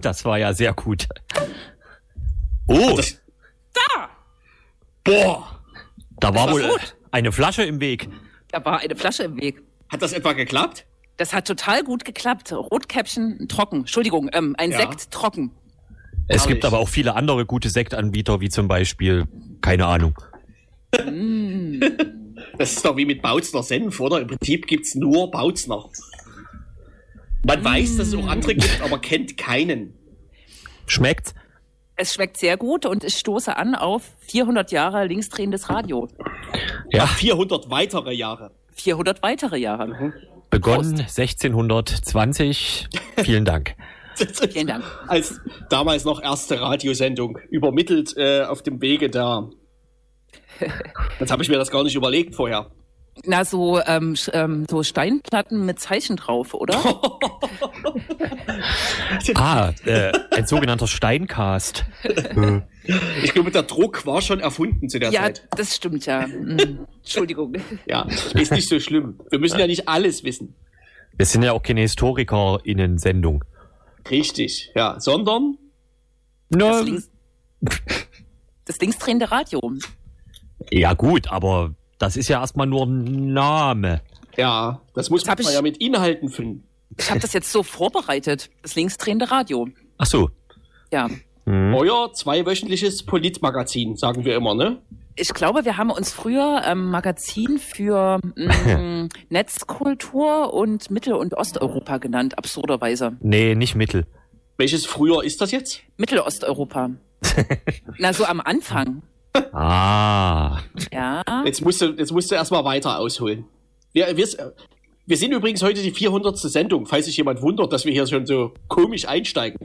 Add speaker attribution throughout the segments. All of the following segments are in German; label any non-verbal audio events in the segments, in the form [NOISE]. Speaker 1: das war ja sehr gut. Oh,
Speaker 2: Da!
Speaker 3: Boah!
Speaker 1: da war
Speaker 3: das war
Speaker 1: wohl
Speaker 3: gut.
Speaker 1: eine Flasche im Weg.
Speaker 2: Da war eine Flasche im Weg.
Speaker 3: Hat das etwa geklappt?
Speaker 2: Das hat total gut geklappt. Rotkäppchen trocken. Entschuldigung, ähm, ein
Speaker 3: Ja.
Speaker 2: Sekt trocken.
Speaker 1: Es
Speaker 3: Hab
Speaker 1: gibt
Speaker 3: ich.
Speaker 1: aber auch viele andere gute Sektanbieter, wie zum Beispiel, keine Ahnung.
Speaker 3: Das ist doch wie mit Bautzner Senf, oder? Im Prinzip gibt's nur Bautzner. Man weiß, dass es auch andere gibt, aber kennt keinen.
Speaker 1: Schmeckt's?
Speaker 2: Es schmeckt sehr gut und ich stoße an auf 400 Jahre linksdrehendes Radio.
Speaker 1: Ja.
Speaker 3: 400 weitere Jahre. [LAUGHS]
Speaker 2: 400 weitere Jahre.
Speaker 3: Mhm.
Speaker 1: Begonnen 1620. Vielen Dank. [LAUGHS]
Speaker 2: Vielen Dank.
Speaker 3: Als damals noch erste Radiosendung, übermittelt äh, auf dem Wege der. Jetzt habe ich mir das gar nicht überlegt vorher.
Speaker 2: Na, so, ähm, sch- ähm, so Steinplatten mit Zeichen drauf,
Speaker 3: Oh,
Speaker 2: oder?
Speaker 1: Ah, äh, ein sogenannter Steincast.
Speaker 3: Ich glaube, der Druck war schon erfunden zu der
Speaker 2: ja,
Speaker 3: Zeit.
Speaker 2: das
Speaker 3: [LAUGHS]
Speaker 2: stimmt ja. Mhm. Entschuldigung.
Speaker 3: Ja, ist nicht so schlimm. Wir müssen ja nicht alles wissen.
Speaker 1: Wir sind ja auch keine HistorikerInnen-Sendung.
Speaker 3: Richtig, ja. Sondern Ähm.
Speaker 2: Das,
Speaker 1: Ne,
Speaker 2: links das linksdrehende Radio.
Speaker 1: ja gut, aber das ist ja erstmal nur ein Name.
Speaker 3: Ja, das muss
Speaker 2: Das hab
Speaker 3: man
Speaker 2: ich-
Speaker 3: ja mit Inhalten füllen.
Speaker 2: Ich habe das jetzt so vorbereitet. Das linksdrehende Radio.
Speaker 1: Ach so.
Speaker 2: Ja.
Speaker 1: Hm?
Speaker 3: Euer zweiwöchentliches Politmagazin, sagen wir immer, ne?
Speaker 2: Ich glaube, wir haben uns früher ähm,
Speaker 3: [LAUGHS]
Speaker 2: Magazin für mm, Netzkultur und Mittel- und Osteuropa genannt, absurderweise.
Speaker 1: Nee, nicht Mittel.
Speaker 3: Welches früher ist das jetzt? [LAUGHS]
Speaker 2: Mittelosteuropa. Na, so am Anfang.
Speaker 1: Ah.
Speaker 2: Ja.
Speaker 3: Jetzt musst du, jetzt musst du erstmal weiter ausholen. Wir, wir, wir sind übrigens heute die 400. Sendung, falls sich jemand wundert, dass wir hier schon so komisch einsteigen.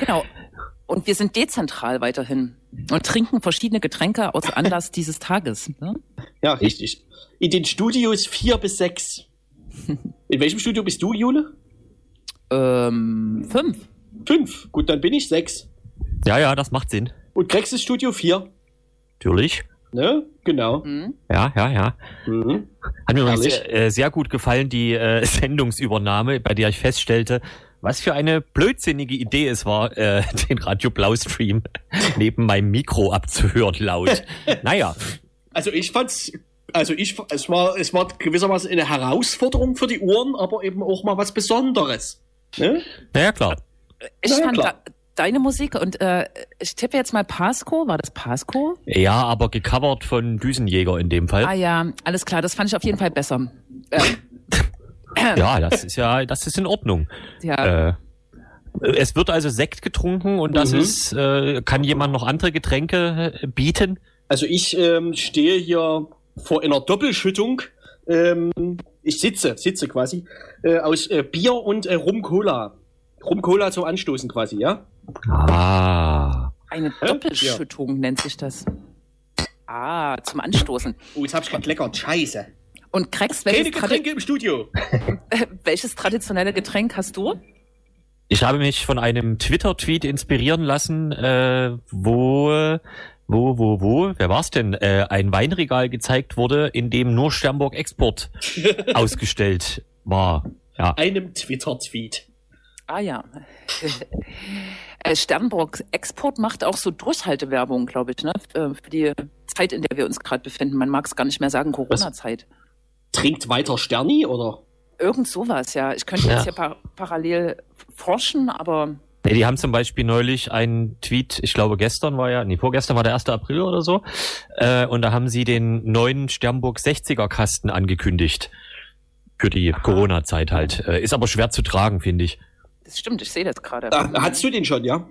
Speaker 2: Genau. Und wir sind dezentral weiterhin und trinken verschiedene Getränke aus
Speaker 3: [LAUGHS]
Speaker 2: Anlass dieses Tages. Ne?
Speaker 3: Ja, richtig. In den Studios 4 bis 6. In welchem Studio bist du, Jule?
Speaker 2: Ähm, fünf.
Speaker 3: 5. Gut, dann bin ich 6.
Speaker 1: Ja, ja, das macht Sinn.
Speaker 3: Und Grex ist Studio 4.
Speaker 1: Natürlich.
Speaker 3: Ne? Genau.
Speaker 2: Hm?
Speaker 1: Ja, ja, ja.
Speaker 3: Mhm.
Speaker 1: Hat mir übrigens
Speaker 3: Herrlich.
Speaker 1: sehr, äh, sehr gut gefallen, die äh, [LAUGHS] Sendungsübernahme, bei der ich feststellte, was für eine blödsinnige Idee es war, äh, [LAUGHS] den Radio Blau Stream [LAUGHS] neben meinem Mikro abzuhören laut. Naja,
Speaker 3: Also ich fand's, also ich, es war, es war gewissermaßen eine Herausforderung für die Uhren, aber eben auch mal was Besonderes. Ne?
Speaker 1: naja klar.
Speaker 2: Ich
Speaker 3: Na ja,
Speaker 2: fand
Speaker 3: klar.
Speaker 2: da, deine Musik und äh, ich tippe jetzt mal Pasco. War das Pasco?
Speaker 1: Ja, aber gecovert von Düsenjäger in dem Fall.
Speaker 2: Ah ja, alles klar. Das fand ich auf jeden Fall besser. Ähm,
Speaker 1: Ja, das ist ja, das ist in Ordnung.
Speaker 2: ja.
Speaker 1: Äh, es wird also Sekt getrunken und das
Speaker 3: Mhm.
Speaker 1: ist, äh, kann jemand noch andere Getränke äh, bieten?
Speaker 3: Also ich ähm, stehe hier vor einer Doppelschüttung. Ähm, ich sitze, sitze quasi äh, aus äh, Bier und äh, Rum Cola. Rum Cola zum Anstoßen quasi, ja?
Speaker 1: Ah.
Speaker 2: Eine Doppelschüttung nennt sich das. Ah, zum Anstoßen.
Speaker 3: Oh, jetzt hab ich grad lecker. Scheiße.
Speaker 2: Und Krex,
Speaker 3: Keine
Speaker 2: welches, Tradi
Speaker 3: Getränke im Studio.
Speaker 2: [LAUGHS] welches traditionelle Getränk hast du?
Speaker 1: Ich habe mich von einem Twitter-Tweet inspirieren lassen, äh, wo, wo, wo, wo, wer war's denn? Äh, ein Weinregal gezeigt wurde, in dem nur Sternburg Export ausgestellt war. Ja.
Speaker 3: Einem Twitter-Tweet.
Speaker 2: Ah ja. [LAUGHS] Äh, Sternburg Export macht auch so Durchhaltewerbung, glaube ich, ne? F- äh, Für die Zeit, in der wir uns gerade befinden. Man mag es gar nicht mehr sagen, Corona-Zeit.
Speaker 3: Trinkt weiter Sterni, oder?
Speaker 2: Irgend sowas, ja. Ich könnte
Speaker 1: Ja.
Speaker 2: jetzt hier par parallel forschen, aber
Speaker 1: Nee, die haben zum Beispiel neulich einen Tweet, ich glaube gestern war ja, nee, vorgestern war der 1. April oder so, äh, und da haben sie den neuen Sternburg 60er-Kasten angekündigt. Für die Corona-Zeit halt. Äh, ist aber schwer zu tragen, finde ich.
Speaker 2: das stimmt, ich sehe das gerade.
Speaker 3: Ah, hast du den schon, ja?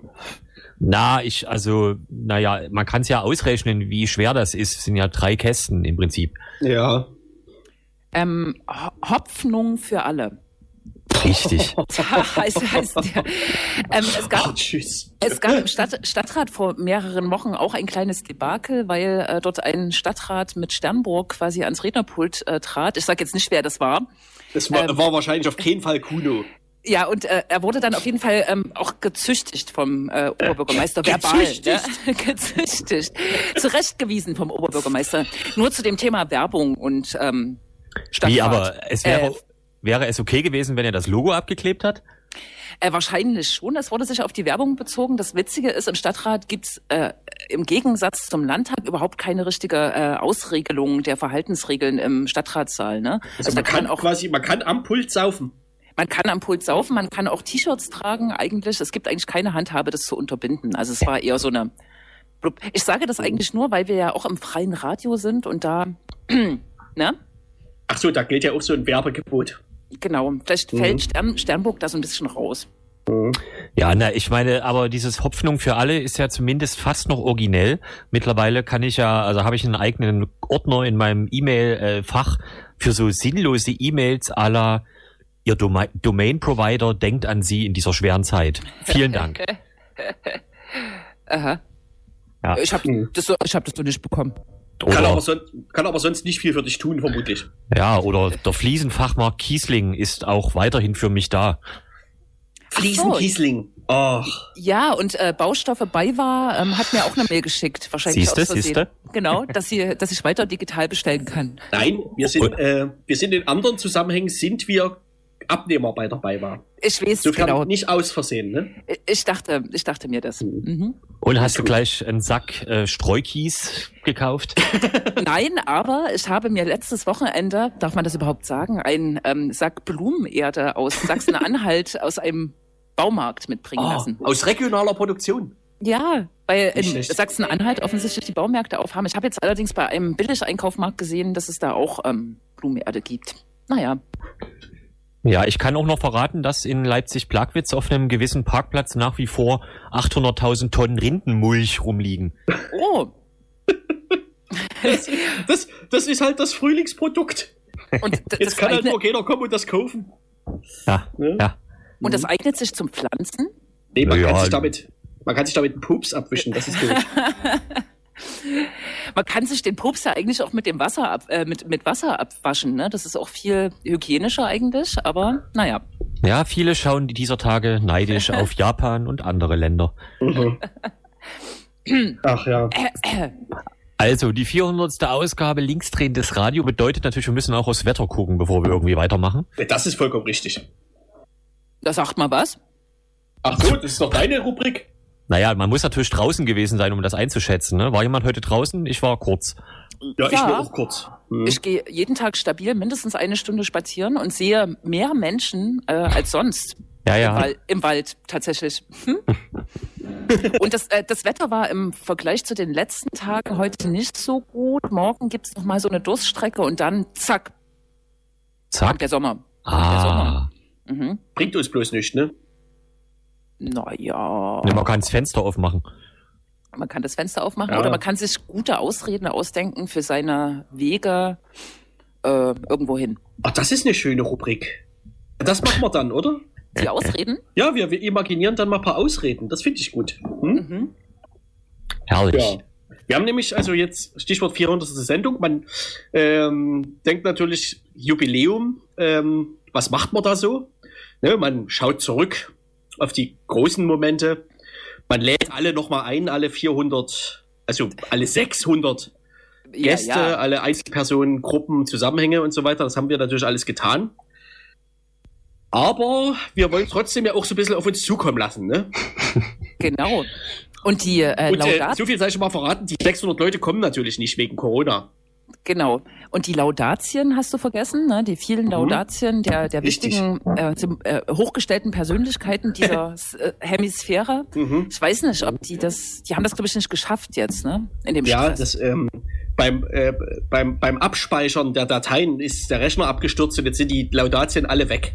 Speaker 1: Na, ich, also, naja, man kann es ja ausrechnen, wie schwer das ist. Es sind ja drei Kästen im Prinzip.
Speaker 3: Ja.
Speaker 2: Ähm, Ho- Hoffnung für alle. [LAUGHS]
Speaker 1: Richtig.
Speaker 2: heißt, heißt der. Ähm, es gab
Speaker 3: Ah, tschüss.
Speaker 2: Es gab im Stadt Stadtrat vor mehreren Wochen auch ein kleines Debakel, weil äh, dort ein Stadtrat mit Sternburg quasi ans Rednerpult äh, trat. Ich sage jetzt nicht, wer das war.
Speaker 3: Das war,
Speaker 2: Ähm.
Speaker 3: war wahrscheinlich auf keinen Fall Kuno.
Speaker 2: Ja, und äh, er wurde dann auf jeden Fall ähm, auch gezüchtigt vom äh, Oberbürgermeister. Verbal, ne? [LAUGHS] gezüchtigt. Zurechtgewiesen vom Oberbürgermeister. Nur zu dem Thema Werbung und ähm, Stadtrat.
Speaker 1: wie, aber es wäre,
Speaker 2: Äh,
Speaker 1: Wäre es okay gewesen, wenn er das Logo abgeklebt hat?
Speaker 2: Äh, wahrscheinlich schon. Das wurde sich auf die Werbung bezogen. Das Witzige ist, im Stadtrat gibt's äh, im Gegensatz zum Landtag überhaupt keine richtige äh, Ausregelung der Verhaltensregeln im Stadtratssaal. Ne?
Speaker 3: Also, man
Speaker 2: da
Speaker 3: kann, auch quasi, man kann am Pult saufen.
Speaker 2: man kann am Pult saufen, man kann auch T-Shirts tragen eigentlich. Es gibt eigentlich keine Handhabe, das zu unterbinden. Also es war eher so eine... Blub. Ich sage das eigentlich nur, weil wir ja auch im freien Radio sind und da... [CLEARS THROAT] ne?
Speaker 3: Ach so, da gilt ja auch so ein Werbegebot.
Speaker 2: Genau, vielleicht
Speaker 3: Mhm.
Speaker 2: fällt Stern, Sternburg da so ein bisschen raus.
Speaker 1: Ja, na, ich meine, aber dieses Hoffnung für alle ist ja zumindest fast noch originell. Mittlerweile kann ich ja, also habe ich einen eigenen Ordner in meinem E-Mail-Fach für so sinnlose E-Mails aller Ihr Doma- Domain-Provider denkt an Sie in dieser schweren Zeit. Vielen Dank.
Speaker 2: Aha.
Speaker 1: Ja.
Speaker 2: Ich habe
Speaker 3: Mhm.
Speaker 2: das, so, ich hab das so nicht bekommen.
Speaker 3: Kann aber,
Speaker 1: Oder,
Speaker 3: sonst, kann aber sonst nicht viel für dich tun, vermutlich.
Speaker 1: ja, oder der Fliesenfachmarkt Kiesling ist auch weiterhin für mich da.
Speaker 3: Fliesenkiesling. Ach,
Speaker 2: Ja, und äh, Baustoffe bei war, ähm, hat mir auch eine Mail geschickt. Wahrscheinlich
Speaker 1: Siehste,
Speaker 2: aus Versehen.
Speaker 1: siehste.
Speaker 2: Genau, dass, sie, dass ich weiter digital bestellen kann.
Speaker 3: nein, wir sind, äh, wir sind in anderen Zusammenhängen, sind wir Abnehmer bei dabei war.
Speaker 2: Ich weiß
Speaker 3: Insofern
Speaker 2: genau.
Speaker 3: nicht aus Versehen, ne?
Speaker 2: Ich dachte, ich dachte mir das.
Speaker 3: Hm.
Speaker 2: Mhm.
Speaker 1: Und hast du gleich einen Sack äh, Streukies gekauft?
Speaker 2: Nein, aber ich habe mir letztes Wochenende, darf man das überhaupt sagen, einen ähm, Sack Blumenerde aus
Speaker 3: [LAUGHS]
Speaker 2: Sachsen-Anhalt aus einem Baumarkt mitbringen
Speaker 3: Ah,
Speaker 2: lassen.
Speaker 3: aus regionaler Produktion.
Speaker 2: Ja, weil
Speaker 3: Nicht
Speaker 2: in
Speaker 3: schlecht.
Speaker 2: Sachsen-Anhalt offensichtlich die Baumärkte aufhaben. Ich habe jetzt allerdings bei einem Billigeinkaufmarkt gesehen, dass es da auch ähm, Blumenerde gibt. Naja,
Speaker 1: Ja, ich kann auch noch verraten, dass in Leipzig-Plagwitz auf einem gewissen Parkplatz nach wie vor 800.000 Tonnen Rindenmulch rumliegen.
Speaker 2: oh,
Speaker 3: Das, das ist halt das Frühlingsprodukt.
Speaker 2: und, d-
Speaker 3: [LAUGHS] Jetzt
Speaker 2: das
Speaker 3: kann halt
Speaker 2: eignet,
Speaker 3: nur jeder kommen und das kaufen.
Speaker 1: Ja,
Speaker 3: Ne?
Speaker 1: ja.
Speaker 2: und das eignet sich zum Pflanzen?
Speaker 3: Nee, man,
Speaker 1: Ja. halt.
Speaker 3: kann sich damit, man kann sich damit einen Pups abwischen, das ist [LAUGHS] gut.
Speaker 2: Man kann sich den Pups ja eigentlich auch mit dem Wasser ab, äh, mit, mit Wasser abwaschen, ne? Das ist auch viel hygienischer eigentlich, aber naja. [CLEARS THROAT]
Speaker 1: Ja, viele schauen dieser Tage [LAUGHS] neidisch auf Japan und andere Länder.
Speaker 3: Mhm. Ach ja.
Speaker 1: Also, die 400. Ausgabe linksdrehendes Radio bedeutet natürlich, wir müssen auch aufs Wetter gucken, bevor wir irgendwie weitermachen.
Speaker 3: Das ist vollkommen richtig.
Speaker 2: Da sagt mal was.
Speaker 3: Mhm. Ach so, das ist doch deine Rubrik.
Speaker 1: Naja, man muss natürlich draußen gewesen sein, um das einzuschätzen. Ne? War jemand heute draußen? Ich war kurz.
Speaker 3: Ja, ich
Speaker 2: Ja.
Speaker 3: nur auch kurz. Hm.
Speaker 2: Ich gehe jeden Tag stabil mindestens eine Stunde spazieren und sehe mehr Menschen äh, als sonst.
Speaker 1: Ja, ja.
Speaker 2: Im, Wal Im Wald tatsächlich.
Speaker 3: [LAUGHS]
Speaker 2: Hm? Und das, äh, das Wetter war im Vergleich zu den letzten Tagen heute nicht so gut. Morgen gibt's noch mal so eine Durststrecke und dann zack, kommt
Speaker 1: Zack.
Speaker 2: der Sommer. der
Speaker 1: Ah.
Speaker 2: Sommer. Mhm.
Speaker 3: Bringt uns bloß nichts, ne?
Speaker 2: Naja,
Speaker 1: Ja, man kann das Fenster aufmachen.
Speaker 2: man kann das Fenster aufmachen
Speaker 3: Ja.
Speaker 2: oder man kann sich gute Ausreden ausdenken für seine Wege äh, irgendwo hin.
Speaker 3: Ach, das ist eine schöne Rubrik. Das machen wir dann, oder?
Speaker 2: Die Ausreden?
Speaker 3: Ja, wir, wir imaginieren dann mal ein paar Ausreden. Das finde ich gut. Hm?
Speaker 2: Mhm.
Speaker 1: Herrlich.
Speaker 3: Ja. Wir haben nämlich also jetzt Stichwort 400. Sendung. Man ähm, denkt natürlich Jubiläum. Ähm, was macht man da so? Ne, man schaut zurück auf die großen Momente. Man lädt alle nochmal ein, alle 400, also alle 600 Gäste,
Speaker 2: Ja, ja.
Speaker 3: alle Einzelpersonen, Gruppen, Zusammenhänge und so weiter. Das haben wir natürlich alles getan. Aber wir wollen trotzdem ja auch so ein bisschen auf uns zukommen lassen. Ne?
Speaker 2: Genau. Und die äh,
Speaker 3: Und äh,
Speaker 2: Laudat
Speaker 3: so viel sei schon mal verraten, die 600 Leute kommen natürlich nicht wegen Corona.
Speaker 2: Genau. Und die Laudatien hast du vergessen, ne? die vielen Laudatien der, der
Speaker 3: Mhm. Richtig.
Speaker 2: wichtigen, äh, zum, äh, hochgestellten Persönlichkeiten dieser
Speaker 3: [LAUGHS]
Speaker 2: S- äh, Hemisphäre.
Speaker 3: Mhm.
Speaker 2: Ich weiß nicht, ob die das, die haben das glaube ich nicht geschafft jetzt, ne? In dem
Speaker 3: Ja,
Speaker 2: Stress.
Speaker 3: das, ähm, beim, äh, beim, beim Abspeichern der Dateien ist der Rechner abgestürzt und jetzt sind die Laudatien alle weg.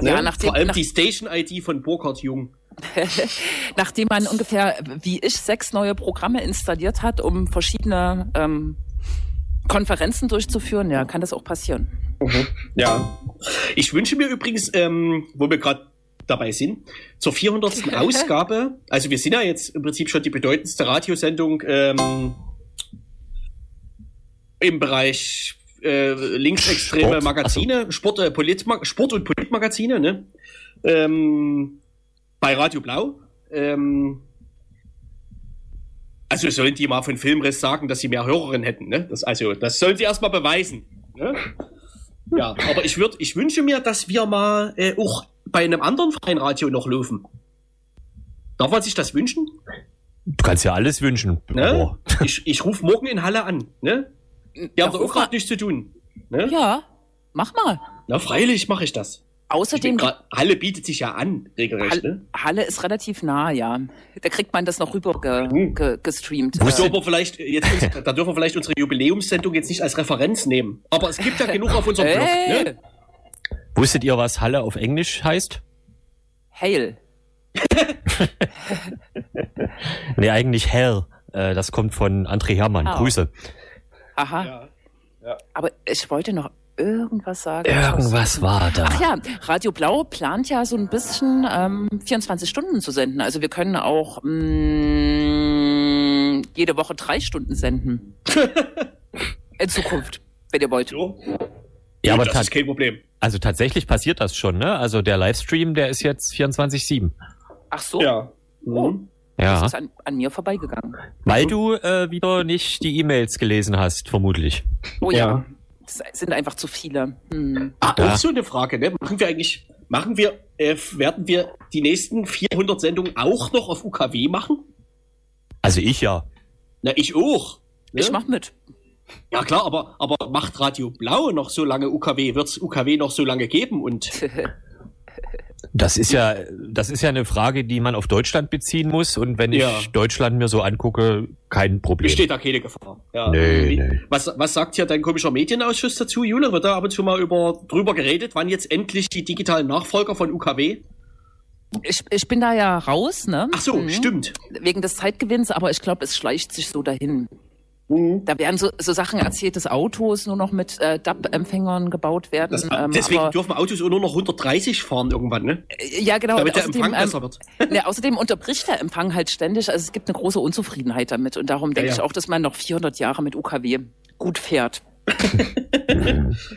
Speaker 2: Ja,
Speaker 3: ne?
Speaker 2: nachdem-
Speaker 3: Vor allem
Speaker 2: nach-
Speaker 3: die Station-ID von Burkhard Jung.
Speaker 2: Nachdem man ungefähr, wie ich, sechs neue Programme installiert hat, um verschiedene ähm, Konferenzen durchzuführen, ja, kann das auch passieren.
Speaker 3: Ja. Ich wünsche mir übrigens, ähm, wo wir gerade dabei sind, zur 400. Ausgabe, also wir sind ja jetzt im Prinzip schon die bedeutendste Radiosendung ähm, im Bereich äh, linksextreme
Speaker 1: Sport,
Speaker 3: Magazine, Sport, äh, Politma Sport und Politmagazine, ne? Ähm, bei Radio Blau. Ähm, also sollen die mal von Filmriss sagen, dass sie mehr Hörerinnen hätten, ne? Das, also, das sollen sie erstmal beweisen. Ne? Ja, aber ich, würd, ich wünsche mir, dass wir mal äh, auch bei einem anderen freien Radio noch laufen. Darf man sich das wünschen?
Speaker 1: Du kannst ja alles wünschen.
Speaker 3: Ne?
Speaker 1: Boah.
Speaker 3: Ich, ich rufe morgen in Halle an. Ne? Die haben da auch
Speaker 2: ruf mal-
Speaker 3: gerade nichts zu tun. Ne?
Speaker 2: ja, mach mal.
Speaker 3: Na, freilich mache ich das. Ich bin
Speaker 2: Außerdem,
Speaker 3: grad, Halle bietet sich ja an, regelrecht. Ne?
Speaker 2: Halle, Halle ist relativ nah, ja. Da kriegt man das noch rüber ge,
Speaker 3: Hm.
Speaker 2: ge, gestreamt.
Speaker 1: Wo
Speaker 3: Da
Speaker 1: ist
Speaker 2: Äh,
Speaker 1: denn-
Speaker 3: dürfen, wir vielleicht jetzt, uns- da dürfen wir vielleicht unsere Jubiläumssendung jetzt nicht als Referenz nehmen. Aber es
Speaker 2: [LAUGHS]
Speaker 3: gibt ja genug auf unserem Blog. Ne?
Speaker 2: Hey,
Speaker 1: Wusstet ihr, was Halle auf Englisch heißt?
Speaker 2: Hail.
Speaker 1: Nee, eigentlich Hell. Äh, das kommt von André Hermann.
Speaker 2: Ah.
Speaker 1: Grüße.
Speaker 2: Aha.
Speaker 3: Ja.
Speaker 2: Aber ich wollte noch irgendwas sagen.
Speaker 1: Irgendwas war da.
Speaker 2: Ach ja, Radio Blau plant ja so ein bisschen ähm, 24 Stunden zu senden. Also wir können auch mh, jede Woche drei Stunden senden.
Speaker 3: [LAUGHS]
Speaker 2: In Zukunft, wenn ihr wollt.
Speaker 3: So.
Speaker 1: Ja, aber
Speaker 3: das ist
Speaker 1: tats
Speaker 3: kein Problem.
Speaker 1: also tatsächlich passiert das schon, ne? Also der Livestream, der ist jetzt 24-7.
Speaker 2: Ach so,
Speaker 3: Ja.
Speaker 2: Oh.
Speaker 3: Mhm.
Speaker 1: Ja.
Speaker 2: ist an, an mir vorbeigegangen.
Speaker 1: Weil du äh, wieder nicht die E-Mails gelesen hast, vermutlich.
Speaker 2: Oh ja.
Speaker 3: Ja.
Speaker 2: Das sind einfach zu viele. Hm.
Speaker 3: Ah,
Speaker 1: Ja.
Speaker 3: Auch so eine Frage, ne? Machen wir eigentlich, machen wir, äh, werden wir die nächsten 400 Sendungen auch noch auf UKW machen?
Speaker 1: Also ich ja.
Speaker 3: Na, ich auch. Ne?
Speaker 2: Ich mach mit. [LAUGHS]
Speaker 3: ja klar, aber, aber macht Radio Blau noch so lange UKW? Wird's UKW noch so lange geben? Und
Speaker 1: Das ist ja, das ist ja eine Frage, die man auf Deutschland beziehen muss. Und wenn
Speaker 3: Ja.
Speaker 1: ich Deutschland mir so angucke, kein Problem.
Speaker 3: besteht da keine Gefahr. Ja.
Speaker 1: Nee,
Speaker 3: Wie-
Speaker 1: nee.
Speaker 3: Was, was sagt hier dein komischer Medienausschuss dazu, Jule? Wird da ab und zu mal über, drüber geredet, wann jetzt endlich die digitalen Nachfolger von UKW?
Speaker 2: Ich, ich bin da ja raus, ne?
Speaker 3: Ach so,
Speaker 2: Mhm.
Speaker 3: stimmt.
Speaker 2: Wegen des Zeitgewinns, aber ich glaube, es schleicht sich so dahin.
Speaker 3: Mhm.
Speaker 2: Da werden so, so Sachen erzählt, dass Autos nur noch mit äh, DAB-Empfängern gebaut werden.
Speaker 3: Das,
Speaker 2: ähm,
Speaker 3: deswegen
Speaker 2: aber-
Speaker 3: dürfen Autos nur noch 130 fahren irgendwann, ne?
Speaker 2: Ja, genau.
Speaker 3: Damit
Speaker 2: und
Speaker 3: der Empfang besser wird.
Speaker 2: ähm, [LAUGHS] ne, außerdem unterbricht der Empfang halt ständig. Also es gibt eine große Unzufriedenheit damit. Und darum denke
Speaker 3: ja.
Speaker 2: ich auch, dass man noch 400 Jahre mit UKW gut fährt.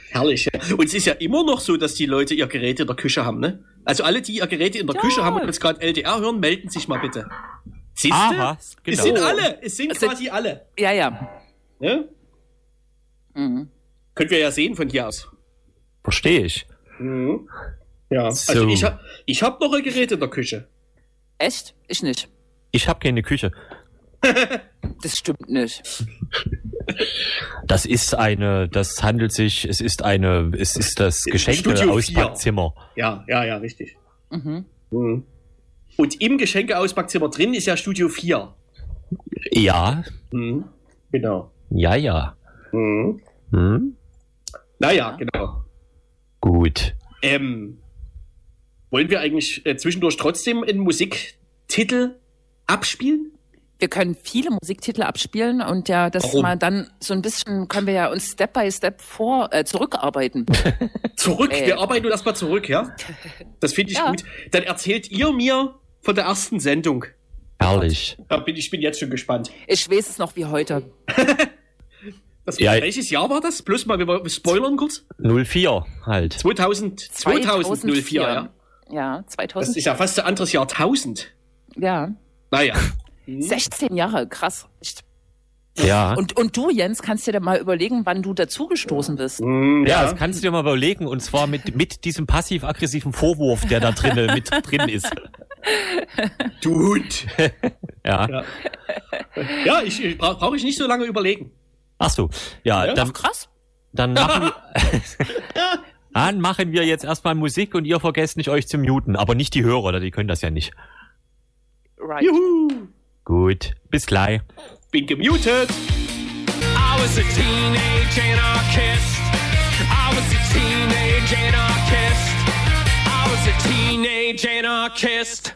Speaker 3: Herrlich. ja. Und es ist ja immer noch so, dass die Leute ihr Gerät in der Küche haben, ne? Also alle, die ihr Gerät in der
Speaker 2: Ja.
Speaker 3: Küche haben und jetzt gerade LDR hören, melden sich mal bitte. Siehst
Speaker 1: Aha,
Speaker 3: Es sind
Speaker 1: genau.
Speaker 3: alle. Es sind
Speaker 2: Es sind-
Speaker 3: quasi alle.
Speaker 2: Ja, ja.
Speaker 3: Ne?
Speaker 2: Mhm.
Speaker 3: Können wir ja sehen von hier aus.
Speaker 1: Verstehe ich.
Speaker 3: Mhm. Ja.
Speaker 1: So.
Speaker 3: Also ich habe ich hab noch ein Gerät in der Küche.
Speaker 2: Echt? Ich nicht.
Speaker 1: Ich habe keine Küche.
Speaker 2: Das stimmt nicht.
Speaker 1: Das ist eine, das handelt sich, es ist eine, es ist das geschenkte
Speaker 3: Äh, Studio
Speaker 1: Auspackzimmer.
Speaker 3: Ja, ja, ja, richtig.
Speaker 2: Mhm.
Speaker 3: Mhm. Und im Geschenkeauspackzimmer drin ist ja Studio 4.
Speaker 1: Ja,
Speaker 3: Mhm. Genau.
Speaker 1: ja, ja.
Speaker 3: Mhm.
Speaker 1: Hm?
Speaker 3: Naja, genau.
Speaker 1: Gut.
Speaker 3: Ähm, wollen wir eigentlich äh, zwischendurch trotzdem einen Musiktitel abspielen?
Speaker 2: Wir können viele Musiktitel abspielen und ja, dass
Speaker 3: Warum?
Speaker 2: man dann so ein bisschen können wir ja uns Step by Step vor äh, zurückarbeiten.
Speaker 3: Zurück,
Speaker 2: Äh.
Speaker 3: wir arbeiten uns erstmal zurück,
Speaker 2: [LAUGHS]
Speaker 3: ja? Das finde ich
Speaker 2: Ja.
Speaker 3: gut. Dann erzählt ihr mir von der ersten Sendung.
Speaker 1: Herrlich.
Speaker 3: Da bin ich bin jetzt schon gespannt.
Speaker 2: Ich weiß es noch wie heute.
Speaker 3: Das,
Speaker 1: Ja.
Speaker 3: Welches Jahr war das? Plus mal, wir wollen- wir spoilern kurz.
Speaker 1: 04 halt.
Speaker 3: 2000, 2004, ja.
Speaker 2: Ja,
Speaker 3: Das
Speaker 2: 2000.
Speaker 3: ist ja fast ein anderes Jahrtausend.
Speaker 2: ja.
Speaker 1: [LAUGHS]
Speaker 3: Naja. Mhm.
Speaker 2: 16 Jahre, krass. Echt.
Speaker 1: Ja.
Speaker 2: Und, und du, Jens, kannst dir da mal überlegen, wann du dazugestoßen bist.
Speaker 3: Hm,
Speaker 1: Ja,
Speaker 3: ja.
Speaker 1: das kannst du dir mal überlegen. Und zwar mit, mit diesem passiv-aggressiven Vorwurf, der da drin,
Speaker 3: [LAUGHS]
Speaker 1: mit drin ist.
Speaker 3: du Hund.
Speaker 1: Ja.
Speaker 3: Ja, ja ich, ich brauche brauch ich nicht so lange überlegen.
Speaker 1: Ach so. Ja,
Speaker 3: Ja.
Speaker 1: dann,
Speaker 2: Krass.
Speaker 1: dann, machen, dann machen wir jetzt erstmal Musik und ihr vergesst nicht, euch zu muten. Aber nicht die Hörer, oder die können das ja nicht.
Speaker 2: Right.
Speaker 3: Juhu.
Speaker 1: Gut. Bis gleich.
Speaker 3: Bin gemutet.
Speaker 4: I was a teenage anarchist. I was a teenage anarchist. I was a teenage anarchist.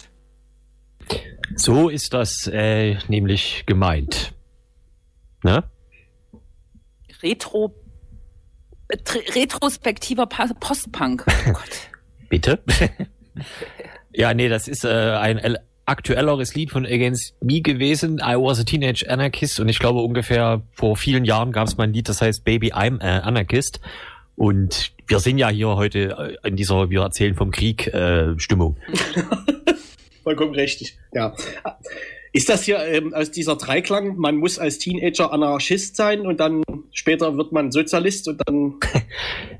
Speaker 1: So ist das äh, nämlich gemeint. Ne?
Speaker 2: Retro. äh, tre- Retrospektiver Pa- Postpunk. Oh Gott.
Speaker 1: Bitte? [LAUGHS] ja, nee, das ist äh, ein el- aktuelleres Lied von Against Me gewesen. I was a teenage anarchist und ich glaube ungefähr vor vielen Jahren gab es mal ein Lied, das heißt Baby I'm an anarchist. Und wir sind ja hier heute äh, in dieser Wir erzählen vom Krieg äh, Stimmung.
Speaker 3: Vollkommen richtig. Ja. Ist das hier ähm, aus dieser Dreiklang? Man muss als Teenager Anarchist sein und dann später wird man Sozialist und dann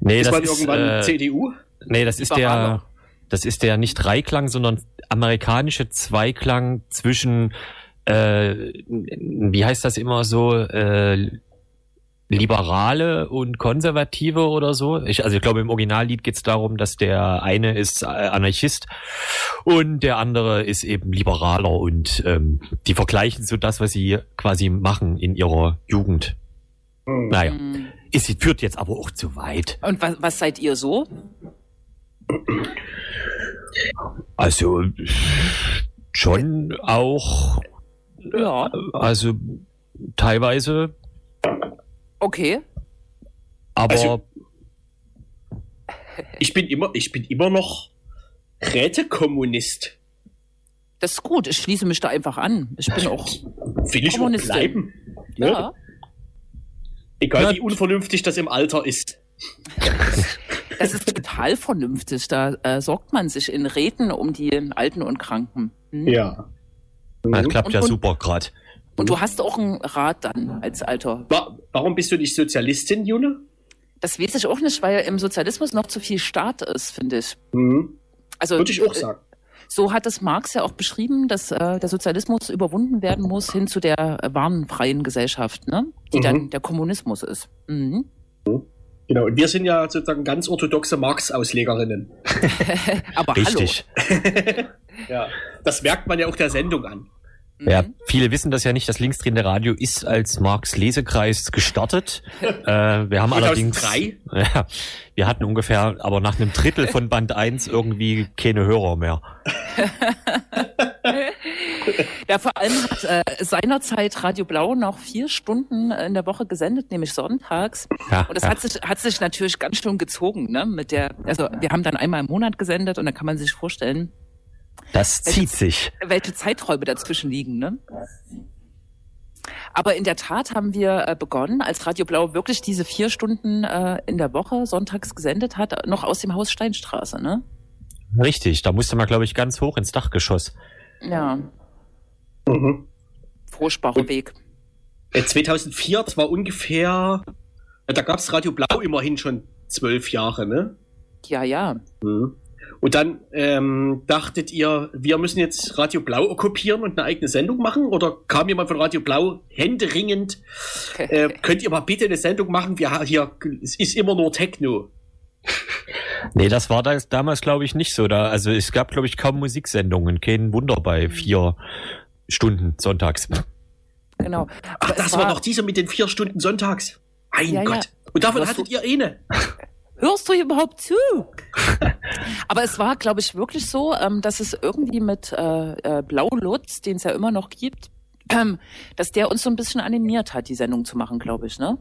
Speaker 1: Nee,
Speaker 3: ist
Speaker 1: das
Speaker 3: man
Speaker 1: ist,
Speaker 3: irgendwann
Speaker 1: äh,
Speaker 3: CDU?
Speaker 1: nee, das ist
Speaker 2: Liberaler.
Speaker 1: der, das ist der nicht Dreiklang, sondern amerikanische Zweiklang zwischen, äh, wie heißt das immer so, äh, Liberale und Konservative oder so. Ich, also ich glaube, im Originallied geht es darum, dass der eine ist äh, Anarchist und der andere ist eben Liberaler und ähm, die vergleichen so das, was sie quasi machen in ihrer Jugend.
Speaker 3: Hm.
Speaker 1: Naja,
Speaker 2: Hm.
Speaker 1: es führt jetzt aber auch zu weit.
Speaker 2: Und was, was seid ihr so?
Speaker 1: Also schon auch,
Speaker 2: Ja.
Speaker 1: also teilweise,
Speaker 2: Okay.
Speaker 1: aber
Speaker 3: Also- Ich bin immer, ich bin immer noch Rätekommunist.
Speaker 2: Das ist gut. Ich schließe mich da einfach an. Ich bin auch.
Speaker 3: Will ich noch
Speaker 2: Kommunistin.
Speaker 3: bleiben? Ne?
Speaker 2: Ja.
Speaker 3: Egal
Speaker 1: Ja.
Speaker 3: wie unvernünftig das im Alter ist.
Speaker 2: Das ist total vernünftig. Da äh, sorgt man sich in Räten um die Alten und Kranken. Hm?
Speaker 3: Ja. Mhm.
Speaker 1: das klappt
Speaker 2: und-
Speaker 1: ja
Speaker 2: mhm, und- Ah,
Speaker 1: super grad.
Speaker 2: Und du hast auch einen Rat dann als Alter.
Speaker 3: Wa warum bist du nicht Sozialistin, Jule?
Speaker 2: Das weiß ich auch nicht, weil im Sozialismus noch zu viel Staat ist, finde ich.
Speaker 3: Mhm.
Speaker 2: Also
Speaker 3: Würde ich auch sagen.
Speaker 2: so hat es Marx ja auch beschrieben, dass äh, der Sozialismus überwunden werden muss hin zu der äh, wahren freien Gesellschaft, ne? die
Speaker 3: Mhm.
Speaker 2: dann der Kommunismus ist. Mhm.
Speaker 3: Genau. Und wir sind ja sozusagen ganz orthodoxe Marx-Auslegerinnen.
Speaker 2: Aber
Speaker 1: Richtig.
Speaker 3: Ja. Das merkt man ja auch der Sendung an.
Speaker 2: hallo. Mhm.
Speaker 1: Ja, viele wissen das ja nicht. Das linksdrehende Radio ist als Marx Lesekreis
Speaker 2: [LAUGHS]
Speaker 1: gestartet. äh, wir haben allerdings,
Speaker 3: 2003?
Speaker 1: [LAUGHS] ja, wir hatten ungefähr, aber nach einem Drittel von Band 1 irgendwie keine Hörer mehr.
Speaker 2: Ja, vor allem hat äh, seinerzeit Radio Blau noch vier Stunden äh, in der Woche gesendet, nämlich sonntags.
Speaker 1: Ja,
Speaker 2: Und das
Speaker 1: ja.
Speaker 2: hat sich, hat sich natürlich ganz schön gezogen, ne? Mit der, also wir haben dann einmal im Monat gesendet und dann kann man sich vorstellen,
Speaker 1: das zieht sich.
Speaker 2: welche Zeiträume dazwischen liegen, ne? Aber in der Tat haben wir äh, begonnen, als Radio Blau wirklich diese vier Stunden äh, in der Woche sonntags gesendet hat, noch aus dem Haus Steinstraße, ne?
Speaker 1: Richtig, da musste man, glaube ich, ganz hoch ins Dachgeschoss.
Speaker 2: Ja,
Speaker 3: Mhm.
Speaker 2: Froschbacher Weg.
Speaker 3: Äh, 2004, das war ungefähr, äh, da gab's Radio Blau immerhin schon zwölf Jahre, ne?
Speaker 2: Ja, ja.
Speaker 3: Mhm. Und dann ähm, dachtet ihr, wir müssen jetzt Radio Blau okkupieren und eine eigene Sendung machen? Oder kam jemand von Radio Blau händeringend, äh, könnt ihr mal bitte eine Sendung machen? Wir ha- hier, es ist immer nur Techno.
Speaker 1: Nee, das war das damals, glaube ich, nicht so. Da, also es gab, glaube ich, kaum Musiksendungen. Kein Wunder bei vier Stunden sonntags.
Speaker 2: Genau.
Speaker 3: Ach,
Speaker 2: Aber es
Speaker 3: das war doch diese mit den vier Stunden sonntags. Mein
Speaker 2: Ja, ja.
Speaker 3: Gott. Und davon
Speaker 2: Was
Speaker 3: hattet ihr eine.
Speaker 2: Hörst du hier überhaupt zu? [LAUGHS] Aber es war, glaube ich, wirklich so, ähm, dass es irgendwie mit äh, äh, Blau Lutz, den es ja immer noch gibt, [CLEARS THROAT] ähm, dass der uns so ein bisschen animiert hat, die Sendung zu machen, glaube ich, ne?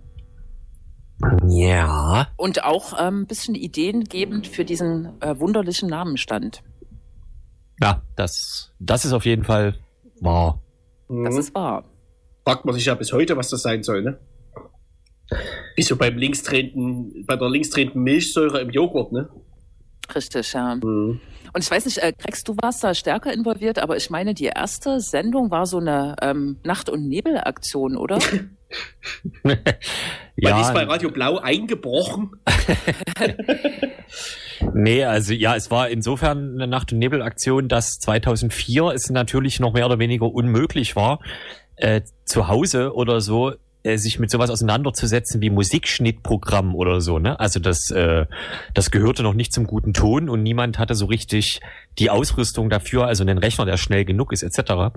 Speaker 1: Ja.
Speaker 2: Und auch ähm, ein bisschen ideengebend für diesen äh, wunderlichen Namenstand.
Speaker 1: Ja, das, das ist auf jeden Fall wahr.
Speaker 2: Das
Speaker 3: Mhm.
Speaker 2: ist wahr.
Speaker 3: fragt man sich ja bis heute, was das sein soll, ne? Wieso beim linksdrehenden, bei der linksdrehenden Milchsäure im Joghurt, ne?
Speaker 2: Richtig, ja. Und ich weiß nicht, äh, Grex, du warst da stärker involviert, aber ich meine, die erste Sendung war so eine ähm, Nacht- und Nebelaktion, oder?
Speaker 3: Man ist bei
Speaker 1: ja,
Speaker 3: Radio Blau eingebrochen.
Speaker 1: nee, also ja, es war insofern eine Nacht- und Nebelaktion, dass 2004 es natürlich noch mehr oder weniger unmöglich war, äh, zu Hause oder so äh, sich mit sowas auseinanderzusetzen wie Musikschnittprogramm oder so, ne? Also das, äh, das gehörte noch nicht zum guten Ton und niemand hatte so richtig die Ausrüstung dafür, also einen Rechner, der schnell genug ist, etc.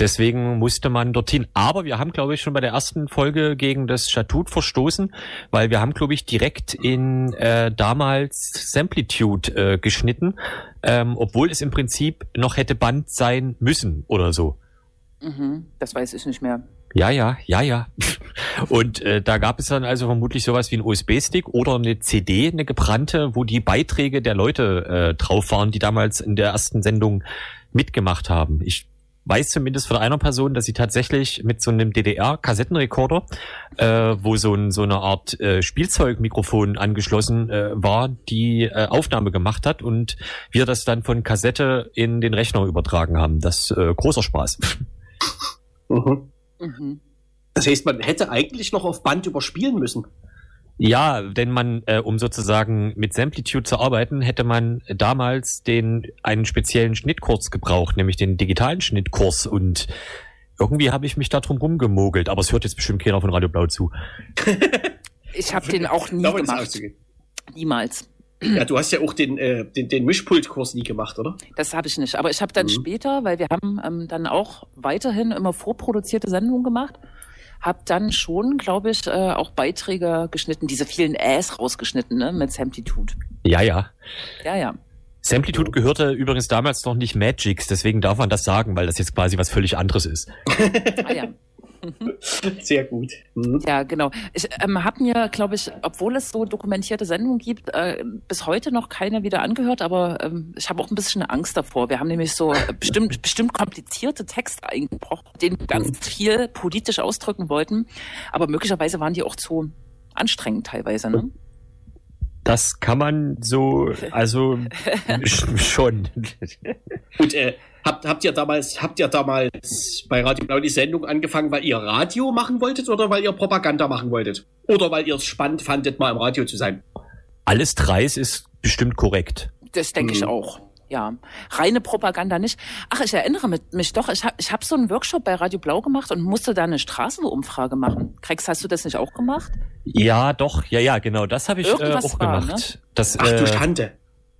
Speaker 1: Deswegen musste man dorthin. Aber wir haben, glaube ich, schon bei der ersten Folge gegen das Statut verstoßen, weil wir haben, glaube ich, direkt in äh, damals Samplitude äh, geschnitten, ähm, obwohl es im Prinzip noch hätte Band sein müssen oder so.
Speaker 2: mhm, das weiß ich nicht mehr.
Speaker 1: Ja, ja, ja, ja. [LAUGHS] Und äh, da gab es dann also vermutlich sowas wie einen USB-Stick oder eine CD, eine gebrannte, wo die Beiträge der Leute äh, drauf waren, die damals in der ersten Sendung mitgemacht haben. Ich weiß zumindest von einer Person, dass sie tatsächlich mit so einem DDR-Kassettenrekorder, äh, wo so, ein, so eine Art äh, Spielzeugmikrofon angeschlossen äh, war, die äh, Aufnahme gemacht hat und wir das dann von Kassette in den Rechner übertragen haben. Das äh, großer Spaß. [LAUGHS]
Speaker 3: Mhm.
Speaker 2: Mhm.
Speaker 3: Das heißt, man hätte eigentlich noch auf Band überspielen müssen.
Speaker 1: Ja, denn man, äh, um sozusagen mit Samplitude zu arbeiten, hätte man damals den einen speziellen Schnittkurs gebraucht, nämlich den digitalen Schnittkurs. Und irgendwie habe ich mich da drum rumgemogelt, aber es hört jetzt bestimmt keiner von Radio Blau zu.
Speaker 2: Ich habe den auch nie
Speaker 3: Davon ist
Speaker 2: gemacht.
Speaker 3: auszugehen.
Speaker 2: Niemals.
Speaker 3: Ja, du hast ja auch den, äh, den, den Mischpultkurs nie gemacht,
Speaker 2: [LAUGHS]
Speaker 3: oder?
Speaker 2: Das habe ich nicht. Aber ich habe dann
Speaker 3: Mhm.
Speaker 2: später, weil wir haben ähm, dann auch weiterhin immer vorproduzierte Sendungen gemacht, habe dann schon, glaube ich, äh, auch Beiträge geschnitten, diese vielen Äs rausgeschnitten, ne, mit Samtitude.
Speaker 1: Ja, ja.
Speaker 2: Ja, ja.
Speaker 1: Samplitude gehörte übrigens damals noch nicht Magix, deswegen darf man das sagen, weil das jetzt quasi was völlig anderes ist.
Speaker 2: Ah, ja.
Speaker 3: Sehr gut. Mhm.
Speaker 2: Ja, genau. Ich ähm, habe mir, glaube ich, obwohl es so dokumentierte Sendungen gibt, äh, bis heute noch keine wieder angehört, aber ähm, ich habe auch ein bisschen Angst davor. Wir haben nämlich so äh, bestimmt, [LAUGHS] bestimmt komplizierte Texte eingebrochen, denen wir ganz viel politisch ausdrücken wollten, aber möglicherweise waren die auch zu anstrengend teilweise. Ne?
Speaker 1: Das kann man so, also [LAUGHS] sch- schon.
Speaker 3: Und äh, habt, habt, ihr damals, habt ihr damals bei Radio Blau die Sendung angefangen, weil ihr Radio machen wolltet oder weil ihr Propaganda machen wolltet? Oder weil ihr es spannend fandet, mal im Radio zu sein?
Speaker 1: Alles dreis ist bestimmt korrekt.
Speaker 2: Das denke ich
Speaker 3: Mhm.
Speaker 2: auch. Ja, reine Propaganda nicht. Ach, ich erinnere mit- mich doch, ich habe ich hab so einen Workshop bei Radio Blau gemacht und musste da eine Straßenumfrage machen. Krex, hast du das nicht auch gemacht?
Speaker 1: Ja, doch, ja, ja, genau. Das habe ich äh,
Speaker 2: Irgendwas
Speaker 1: auch
Speaker 2: war, ne?
Speaker 1: gemacht. Das,
Speaker 3: Ach du
Speaker 1: äh,
Speaker 3: Schande.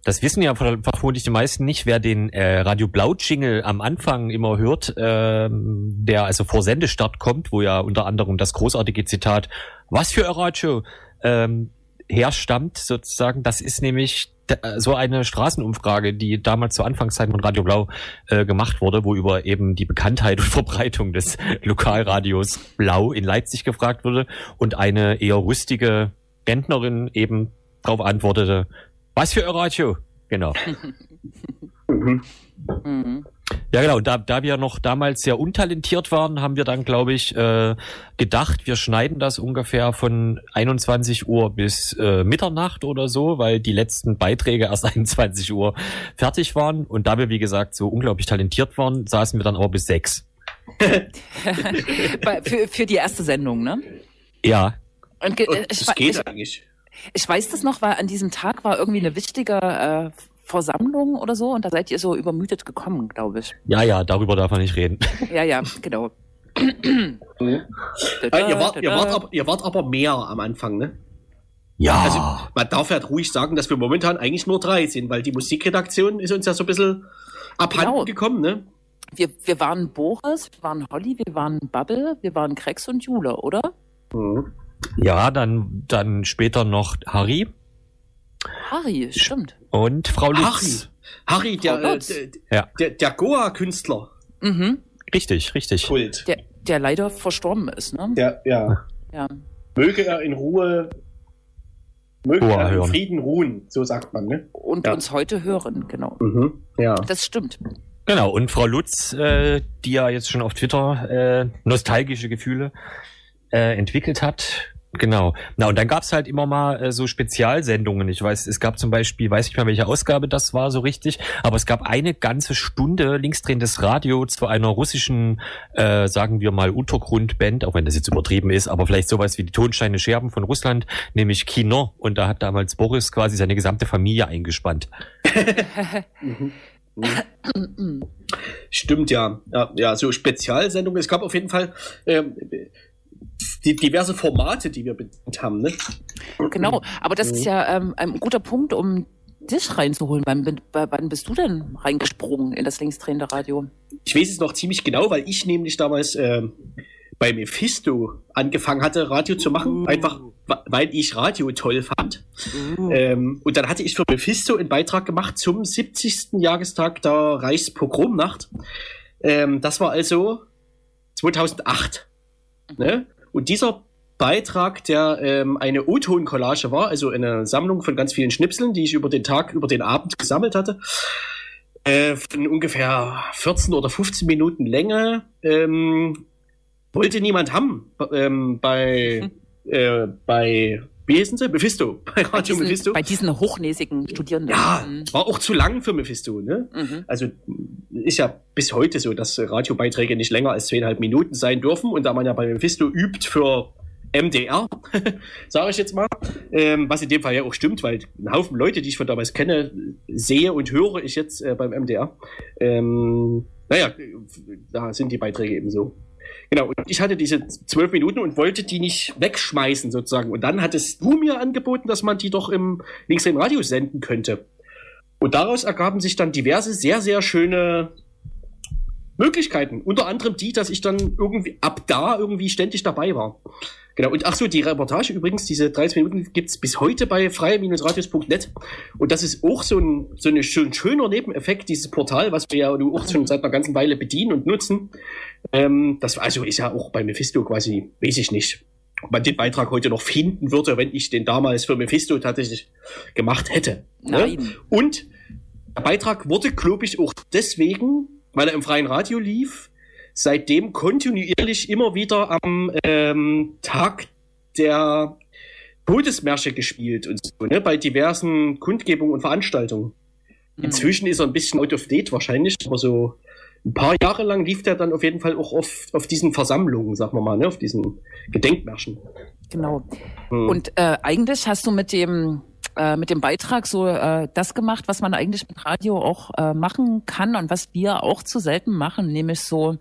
Speaker 1: das wissen ja ver- vermutlich die meisten nicht, wer den äh, Radio Blau-Jingle am Anfang immer hört, ähm, der also vor Sendestart kommt, wo ja unter anderem das großartige Zitat Was für ein Radio ähm, herstammt, sozusagen. Das ist nämlich d- äh, so eine Straßenumfrage, die damals zu Anfangszeiten von Radio Blau äh, gemacht wurde, wo über eben die Bekanntheit und [LAUGHS] Verbreitung des Lokalradios Blau in Leipzig gefragt wurde und eine eher rüstige Rentnerin eben darauf antwortete, was für ein Radio? Genau.
Speaker 3: Mhm.
Speaker 2: Mhm.
Speaker 1: Ja, genau. Und da, da wir noch damals sehr untalentiert waren, haben wir dann, glaube ich, äh, gedacht, wir schneiden das ungefähr von 21 Uhr bis äh, Mitternacht oder so, weil die letzten Beiträge erst [LAUGHS] 21 Uhr fertig waren. Und da wir, wie gesagt, so unglaublich talentiert waren, saßen wir dann aber bis sechs.
Speaker 2: Bei- für, für die erste Sendung, ne?
Speaker 1: Ja,
Speaker 2: Und ge-
Speaker 3: Und
Speaker 2: ich,
Speaker 3: das
Speaker 2: wa-
Speaker 3: geht
Speaker 2: ich,
Speaker 3: eigentlich.
Speaker 2: ich weiß das noch, weil an diesem Tag war irgendwie eine wichtige äh, Versammlung oder so und da seid ihr so übermüdet gekommen, glaube ich.
Speaker 1: ja, ja, darüber darf man nicht reden.
Speaker 2: Ja, ja, genau.
Speaker 3: Äh, ihr, wart, ihr, wart aber, ihr wart aber mehr am Anfang, ne?
Speaker 1: Ja.
Speaker 3: Also man darf ja ruhig sagen, dass wir momentan eigentlich nur drei sind, weil die Musikredaktion ist uns ja so ein bisschen abhanden
Speaker 2: Genau.
Speaker 3: gekommen, ne?
Speaker 2: wir, wir waren Boris, wir waren Holly, wir waren Bubble, wir waren Krex und Jule, oder?
Speaker 3: Mhm.
Speaker 1: ja, dann, dann später noch Harry
Speaker 2: Harry, stimmt.
Speaker 1: und Frau Lutz.
Speaker 3: Harry. Harry, der,
Speaker 2: Frau
Speaker 3: äh,
Speaker 2: Lutz.
Speaker 3: der,
Speaker 1: Ja.
Speaker 3: der, der Goa-Künstler.
Speaker 2: Mhm.
Speaker 1: Richtig, richtig.
Speaker 3: Kult.
Speaker 2: Der, der leider verstorben ist, ne?
Speaker 3: Ja, ja.
Speaker 2: Ja.
Speaker 3: Möge er in Ruhe, möge
Speaker 1: Goa
Speaker 3: er in
Speaker 1: hören.
Speaker 3: Frieden ruhen, so sagt man, ne?
Speaker 2: Und
Speaker 3: Ja.
Speaker 2: uns heute hören, genau.
Speaker 3: Mhm. Ja.
Speaker 2: Das stimmt.
Speaker 1: Genau, und Frau Lutz, äh, die ja jetzt schon auf Twitter äh, nostalgische Gefühle äh, entwickelt hat. Genau. Na, und dann gab's halt immer mal äh, so Spezialsendungen. Ich weiß, es gab zum Beispiel, weiß nicht mal, welche Ausgabe das war so richtig, aber es gab eine ganze Stunde linksdrehendes Radio zu einer russischen, äh, sagen wir mal, Untergrundband, auch wenn das jetzt übertrieben ist, aber vielleicht sowas wie die Tonsteine Scherben von Russland, nämlich Kino. Und da hat damals Boris quasi seine gesamte Familie eingespannt.
Speaker 3: Mhm. Stimmt ja. ja. Ja, so Spezialsendungen. Es gab auf jeden Fall ähm, die diverse Formate, die wir bedient haben, ne?
Speaker 2: Genau, aber das
Speaker 3: Mhm.
Speaker 2: ist ja ähm, ein guter Punkt, um dich reinzuholen. Wann, bin- bei- wann bist du denn reingesprungen in das linksdrehende Radio?
Speaker 3: Ich weiß es noch ziemlich genau, weil ich nämlich damals ähm, bei Mephisto angefangen hatte, Radio zu machen. Einfach, wa- weil ich Radio toll fand. Ähm, und dann hatte ich für Mephisto einen Beitrag gemacht zum 70. Jahrestag der Reichspogromnacht. Ähm, das war also 2008.
Speaker 2: Mhm.
Speaker 3: Ne? Und dieser Beitrag, der ähm, eine O-Ton-Collage war, also eine Sammlung von ganz vielen Schnipseln, die ich über den Tag, über den Abend gesammelt hatte, äh, von ungefähr 14 oder 15 Minuten Länge,
Speaker 2: [LAUGHS]
Speaker 3: ähm, wollte niemand haben ähm, bei, äh, bei Wie hießen sie? Mephisto. [LAUGHS] Bei
Speaker 2: Bei
Speaker 3: Radio Mephisto.
Speaker 2: diesen, bei diesen hochnäsigen Studierenden.
Speaker 3: ja,
Speaker 2: Mhm.
Speaker 3: war auch zu lang für Mephisto, ne?
Speaker 2: Mhm.
Speaker 3: Also ist ja bis heute so, dass äh, Radiobeiträge nicht länger als zweieinhalb Minuten sein dürfen. Und da man ja bei Mephisto übt für MDR, [LAUGHS] sage ich jetzt mal, ähm, was in dem Fall ja auch stimmt, weil ein Haufen Leute, die ich von damals kenne, sehe und höre ich jetzt äh, beim MDR. Ähm, naja, da sind die Beiträge eben so. Genau, und ich hatte diese zwölf Minuten und wollte die nicht wegschmeißen sozusagen. Und dann hattest du mir angeboten, dass man die doch im linksrhein Radio senden könnte. Und daraus ergaben sich dann diverse sehr, sehr schöne Möglichkeiten. Unter anderem die, dass ich dann irgendwie ab da irgendwie ständig dabei war. Genau. Und ach so, die Reportage übrigens, diese 30 Minuten gibt's bis heute bei freie-radios.net. Und das ist auch so ein, so eine, so ein schöner Nebeneffekt, dieses Portal, was wir ja nun auch schon seit einer ganzen Weile bedienen und nutzen. Ähm, das also ist ja auch bei Mephisto quasi, weiß ich nicht, ob man den Beitrag heute noch finden würde, wenn ich den damals für Mephisto tatsächlich gemacht hätte.
Speaker 2: Nein.
Speaker 3: Ne? Und der Beitrag wurde, glaube ich, auch deswegen, weil er im freien Radio lief, seitdem kontinuierlich immer wieder am ähm, Tag der Todesmärsche gespielt und so, ne? bei diversen Kundgebungen und Veranstaltungen.
Speaker 2: Mhm.
Speaker 3: Inzwischen ist er ein bisschen out of date wahrscheinlich, aber so ein paar Jahre lang lief der dann auf jeden Fall auch auf, auf diesen Versammlungen, sagen wir mal, ne? auf diesen Gedenkmärschen.
Speaker 2: Genau.
Speaker 3: Hm.
Speaker 2: Und äh, eigentlich hast du mit dem äh, mit dem Beitrag so äh, das gemacht, was man eigentlich mit Radio auch äh, machen kann und was wir auch zu selten machen, nämlich so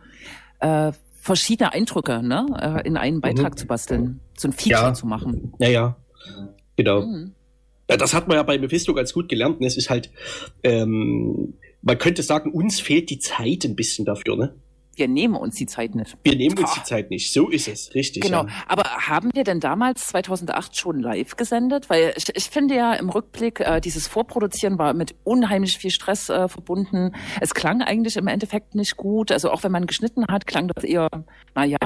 Speaker 2: äh, verschiedene Eindrücke ne? äh, in einen Beitrag zu basteln, so ein Feature
Speaker 3: Mhm. Ja.
Speaker 2: zu machen.
Speaker 3: Naja, genau.
Speaker 2: Mhm.
Speaker 3: Ja, das hat man ja bei Mephisto ganz gut gelernt. Ne? Es ist halt, ähm, man könnte sagen, uns fehlt die Zeit ein bisschen dafür. Ne?
Speaker 2: Wir nehmen uns die Zeit nicht.
Speaker 3: Wir nehmen uns
Speaker 2: Ah.
Speaker 3: die Zeit nicht. So ist es, richtig.
Speaker 2: Genau.
Speaker 3: Ja.
Speaker 2: Aber haben wir denn damals 2008 schon live gesendet? Weil ich, ich finde ja im Rückblick, äh, dieses Vorproduzieren war mit unheimlich viel Stress äh, verbunden. Es klang eigentlich im Endeffekt nicht gut. Also auch wenn man geschnitten hat, klang das eher, naja.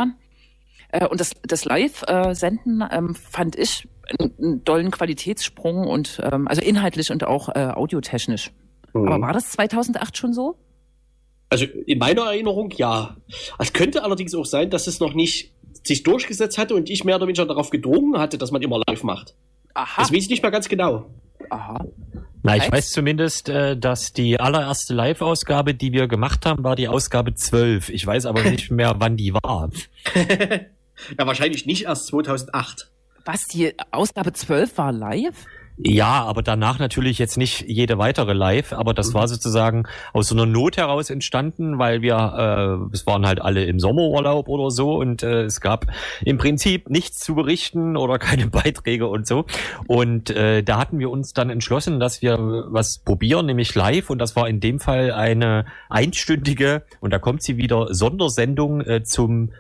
Speaker 2: Äh, und das, das Live-Senden ähm, fand ich einen, einen dollen Qualitätssprung und ähm, also inhaltlich und auch äh, audiotechnisch.
Speaker 3: Mhm.
Speaker 2: Aber war das 2008 schon so?
Speaker 3: Also in meiner Erinnerung ja. Es könnte allerdings auch sein, dass es noch nicht sich durchgesetzt hatte und ich mehr oder weniger darauf gedrungen hatte, dass man immer live macht.
Speaker 2: Aha.
Speaker 3: Das weiß ich nicht mehr ganz genau.
Speaker 2: Aha.
Speaker 1: Na, ich
Speaker 2: Heißt-
Speaker 1: weiß zumindest, äh, dass die allererste Live-Ausgabe, die wir gemacht haben, war die Ausgabe 12. Ich weiß aber nicht mehr, wann die war.
Speaker 3: Ja, wahrscheinlich nicht erst 2008.
Speaker 2: Was, die Ausgabe 12 war live?
Speaker 1: Ja, aber danach natürlich jetzt nicht jede weitere live, aber das war sozusagen aus so einer Not heraus entstanden, weil wir, äh, es waren halt alle im Sommerurlaub oder so und äh, es gab im Prinzip nichts zu berichten oder [LAUGHS] keine Beiträge und so. Und äh, da hatten wir uns dann entschlossen, dass wir was probieren, nämlich live und das war in dem Fall eine einstündige, und da kommt sie wieder, Sondersendung äh, zum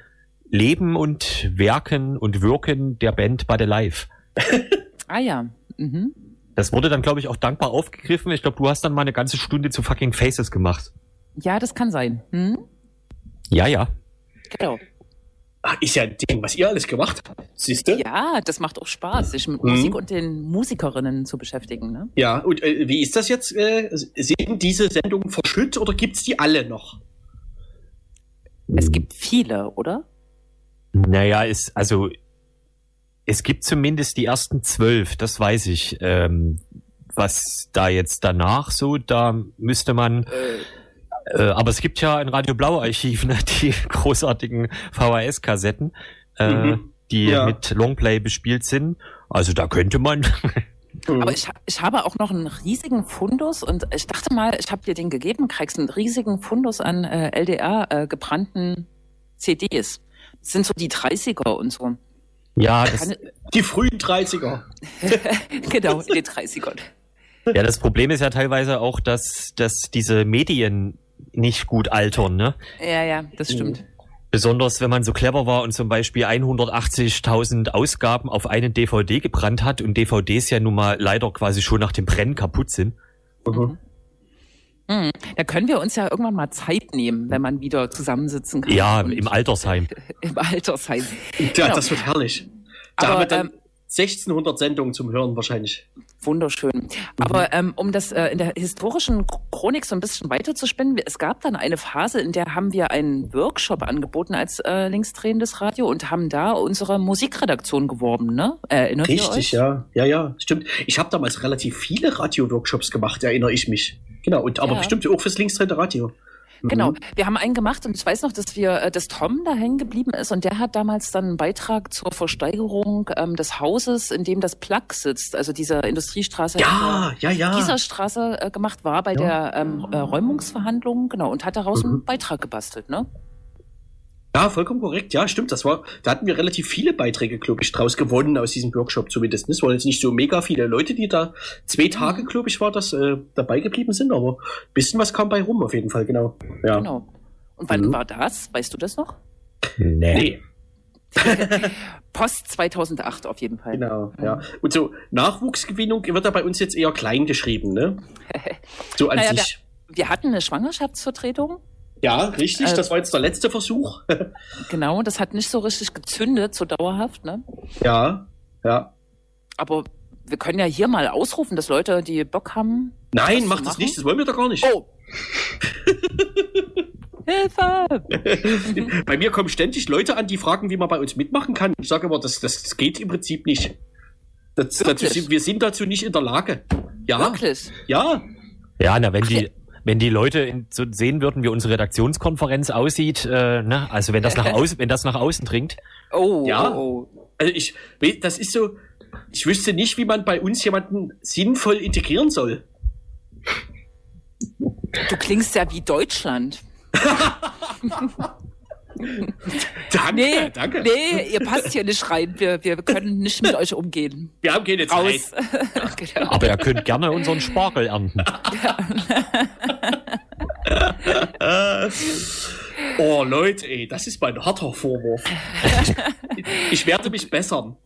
Speaker 1: Leben und Werken und Wirken der Band Bade Live.
Speaker 2: Ah ja. Mhm.
Speaker 1: Das wurde dann, glaube ich, auch dankbar aufgegriffen. Ich glaube, du hast dann mal eine ganze Stunde zu fucking Faces gemacht.
Speaker 2: Ja, das kann sein. Hm?
Speaker 1: Ja, ja.
Speaker 2: Genau.
Speaker 3: Ah, ist ja ein Ding, was ihr alles gemacht habt. Siehst du?
Speaker 2: Ja, das macht auch Spaß, sich mit
Speaker 3: Mhm.
Speaker 2: Musik und den Musikerinnen zu beschäftigen. Ne?
Speaker 3: Ja, und äh, wie ist das jetzt? Äh, sind diese Sendungen verschütt oder gibt's die alle noch?
Speaker 2: Es gibt viele, oder?
Speaker 1: Naja, es, also, es gibt zumindest die ersten zwölf, das weiß ich. Ähm, was da jetzt danach so, da müsste man. Äh, aber es gibt ja ein Radio Blau Archiv, ne, [LAUGHS] die großartigen VHS-Kassetten, äh,
Speaker 3: Mhm.
Speaker 1: die
Speaker 3: Ja.
Speaker 1: mit Longplay bespielt sind. Also da könnte man.
Speaker 3: Hm.
Speaker 2: Aber ich, ha- ich habe auch noch einen riesigen Fundus und ich dachte mal, ich habe dir den gegeben, Krex, einen riesigen Fundus an äh, LDR äh, gebrannten CDs. Das sind so die 30er und so.
Speaker 1: [LAUGHS] Ja, das,
Speaker 3: die frühen 30er.
Speaker 2: genau, in den 30ern.
Speaker 1: Ja, das Problem ist ja teilweise auch, dass, dass diese Medien nicht gut altern, ne?
Speaker 2: Ja, ja, das stimmt.
Speaker 1: Besonders wenn man so clever war und zum Beispiel 180.000 Ausgaben auf einen DVD gebrannt hat und DVDs ja nun mal leider quasi schon nach dem Brennen kaputt sind.
Speaker 3: Mhm.
Speaker 2: Hm. Da können wir uns ja irgendwann mal Zeit nehmen, wenn man wieder zusammensitzen kann.
Speaker 1: Ja,
Speaker 2: und
Speaker 1: im Altersheim.
Speaker 2: im Altersheim.
Speaker 3: Ja,
Speaker 2: Genau.
Speaker 3: das wird herrlich. Da
Speaker 2: Aber,
Speaker 3: haben wir dann
Speaker 2: ähm,
Speaker 3: 1600 Sendungen zum Hören wahrscheinlich. Mhm.
Speaker 2: Wunderschön. Aber ähm, um das äh, in der historischen Chronik so ein bisschen weiter zu spinnen, es gab dann eine Phase, in der haben wir einen Workshop angeboten als äh, linksdrehendes Radio und haben da unsere Musikredaktion geworben, ne? Erinnert ihr euch?
Speaker 3: Richtig, ja. Ja, ja, stimmt. Ich habe damals relativ viele Radio-Workshops gemacht, erinnere ich mich. Genau, und aber
Speaker 2: Ja.
Speaker 3: bestimmt auch fürs linksdrehte Radio. Mhm.
Speaker 2: Genau, wir haben einen gemacht und ich weiß noch, dass wir, äh, dass Tom da hängen geblieben ist und der hat damals dann einen Beitrag zur Versteigerung ähm, des Hauses, in dem das Plug sitzt, also dieser Industriestraße.
Speaker 3: Ja, ja,
Speaker 2: in
Speaker 3: ja.
Speaker 2: der Gießerstraße äh, gemacht war bei der ähm, äh, Räumungsverhandlung, genau, und hat daraus
Speaker 3: Mhm.
Speaker 2: einen Beitrag gebastelt, ne?
Speaker 3: Ja, vollkommen korrekt. Ja, stimmt. Das war, da hatten wir relativ viele Beiträge, glaube ich, draus gewonnen aus diesem Workshop zumindest. Es waren jetzt nicht so mega viele Leute, die da zwei Tage, glaube ich, war das, äh, dabei geblieben sind, aber ein bisschen was kam bei rum auf jeden Fall, genau. Ja.
Speaker 2: Genau. Und wann
Speaker 3: Mhm.
Speaker 2: war das? Weißt du das noch?
Speaker 1: Nee.
Speaker 3: Nee,
Speaker 2: Post 2008 auf jeden Fall.
Speaker 3: genau, ja. Und so Nachwuchsgewinnung wird da bei uns jetzt eher klein geschrieben,
Speaker 2: [LAUGHS]
Speaker 3: ne? So an
Speaker 2: Naja,
Speaker 3: sich.
Speaker 2: Wir hatten eine Schwangerschaftsvertretung,
Speaker 3: Ja, richtig.
Speaker 2: Äh,
Speaker 3: das war jetzt der letzte Versuch. [LAUGHS]
Speaker 2: genau, das hat nicht so richtig gezündet, so dauerhaft, ne?
Speaker 3: ja, ja.
Speaker 2: Aber wir können ja hier mal ausrufen, dass Leute, die Bock haben.
Speaker 3: Nein,
Speaker 2: Was
Speaker 3: mach das
Speaker 2: machen?
Speaker 3: nicht. Das wollen wir doch gar nicht.
Speaker 2: Oh!
Speaker 3: [LAUGHS]
Speaker 2: Hilfe!
Speaker 3: Bei mir kommen ständig Leute an, die fragen, wie man bei uns mitmachen kann. Ich sage immer, das, das geht im Prinzip nicht. Das, dazu
Speaker 2: Wirklich?
Speaker 3: sind, wir sind dazu nicht in der Lage. Ja,
Speaker 2: Wirklich?
Speaker 3: ja,
Speaker 1: Ja, na, wenn
Speaker 2: Ach,
Speaker 1: die, wenn die Leute in, so sehen würden, wie unsere Redaktionskonferenz aussieht, äh, ne, also wenn das nach außen, wenn das nach außen dringt,
Speaker 2: Oh,
Speaker 3: Ja.
Speaker 2: oh, oh.
Speaker 3: also ich, we- das ist so, ich wüsste nicht, wie man bei uns jemanden sinnvoll integrieren soll. [LAUGHS]
Speaker 2: Du klingst ja wie Deutschland.
Speaker 3: Danke,
Speaker 2: Nee,
Speaker 3: [LAUGHS] danke.
Speaker 2: nee, ihr passt hier nicht rein. Wir, wir können nicht mit euch umgehen.
Speaker 3: Wir haben keine Zeit.
Speaker 2: Raus. [LAUGHS] genau.
Speaker 1: aber ihr könnt gerne unseren Spargel ernten.
Speaker 3: Oh Leute, ey, das ist mein harter Vorwurf. ich, ich werde mich bessern.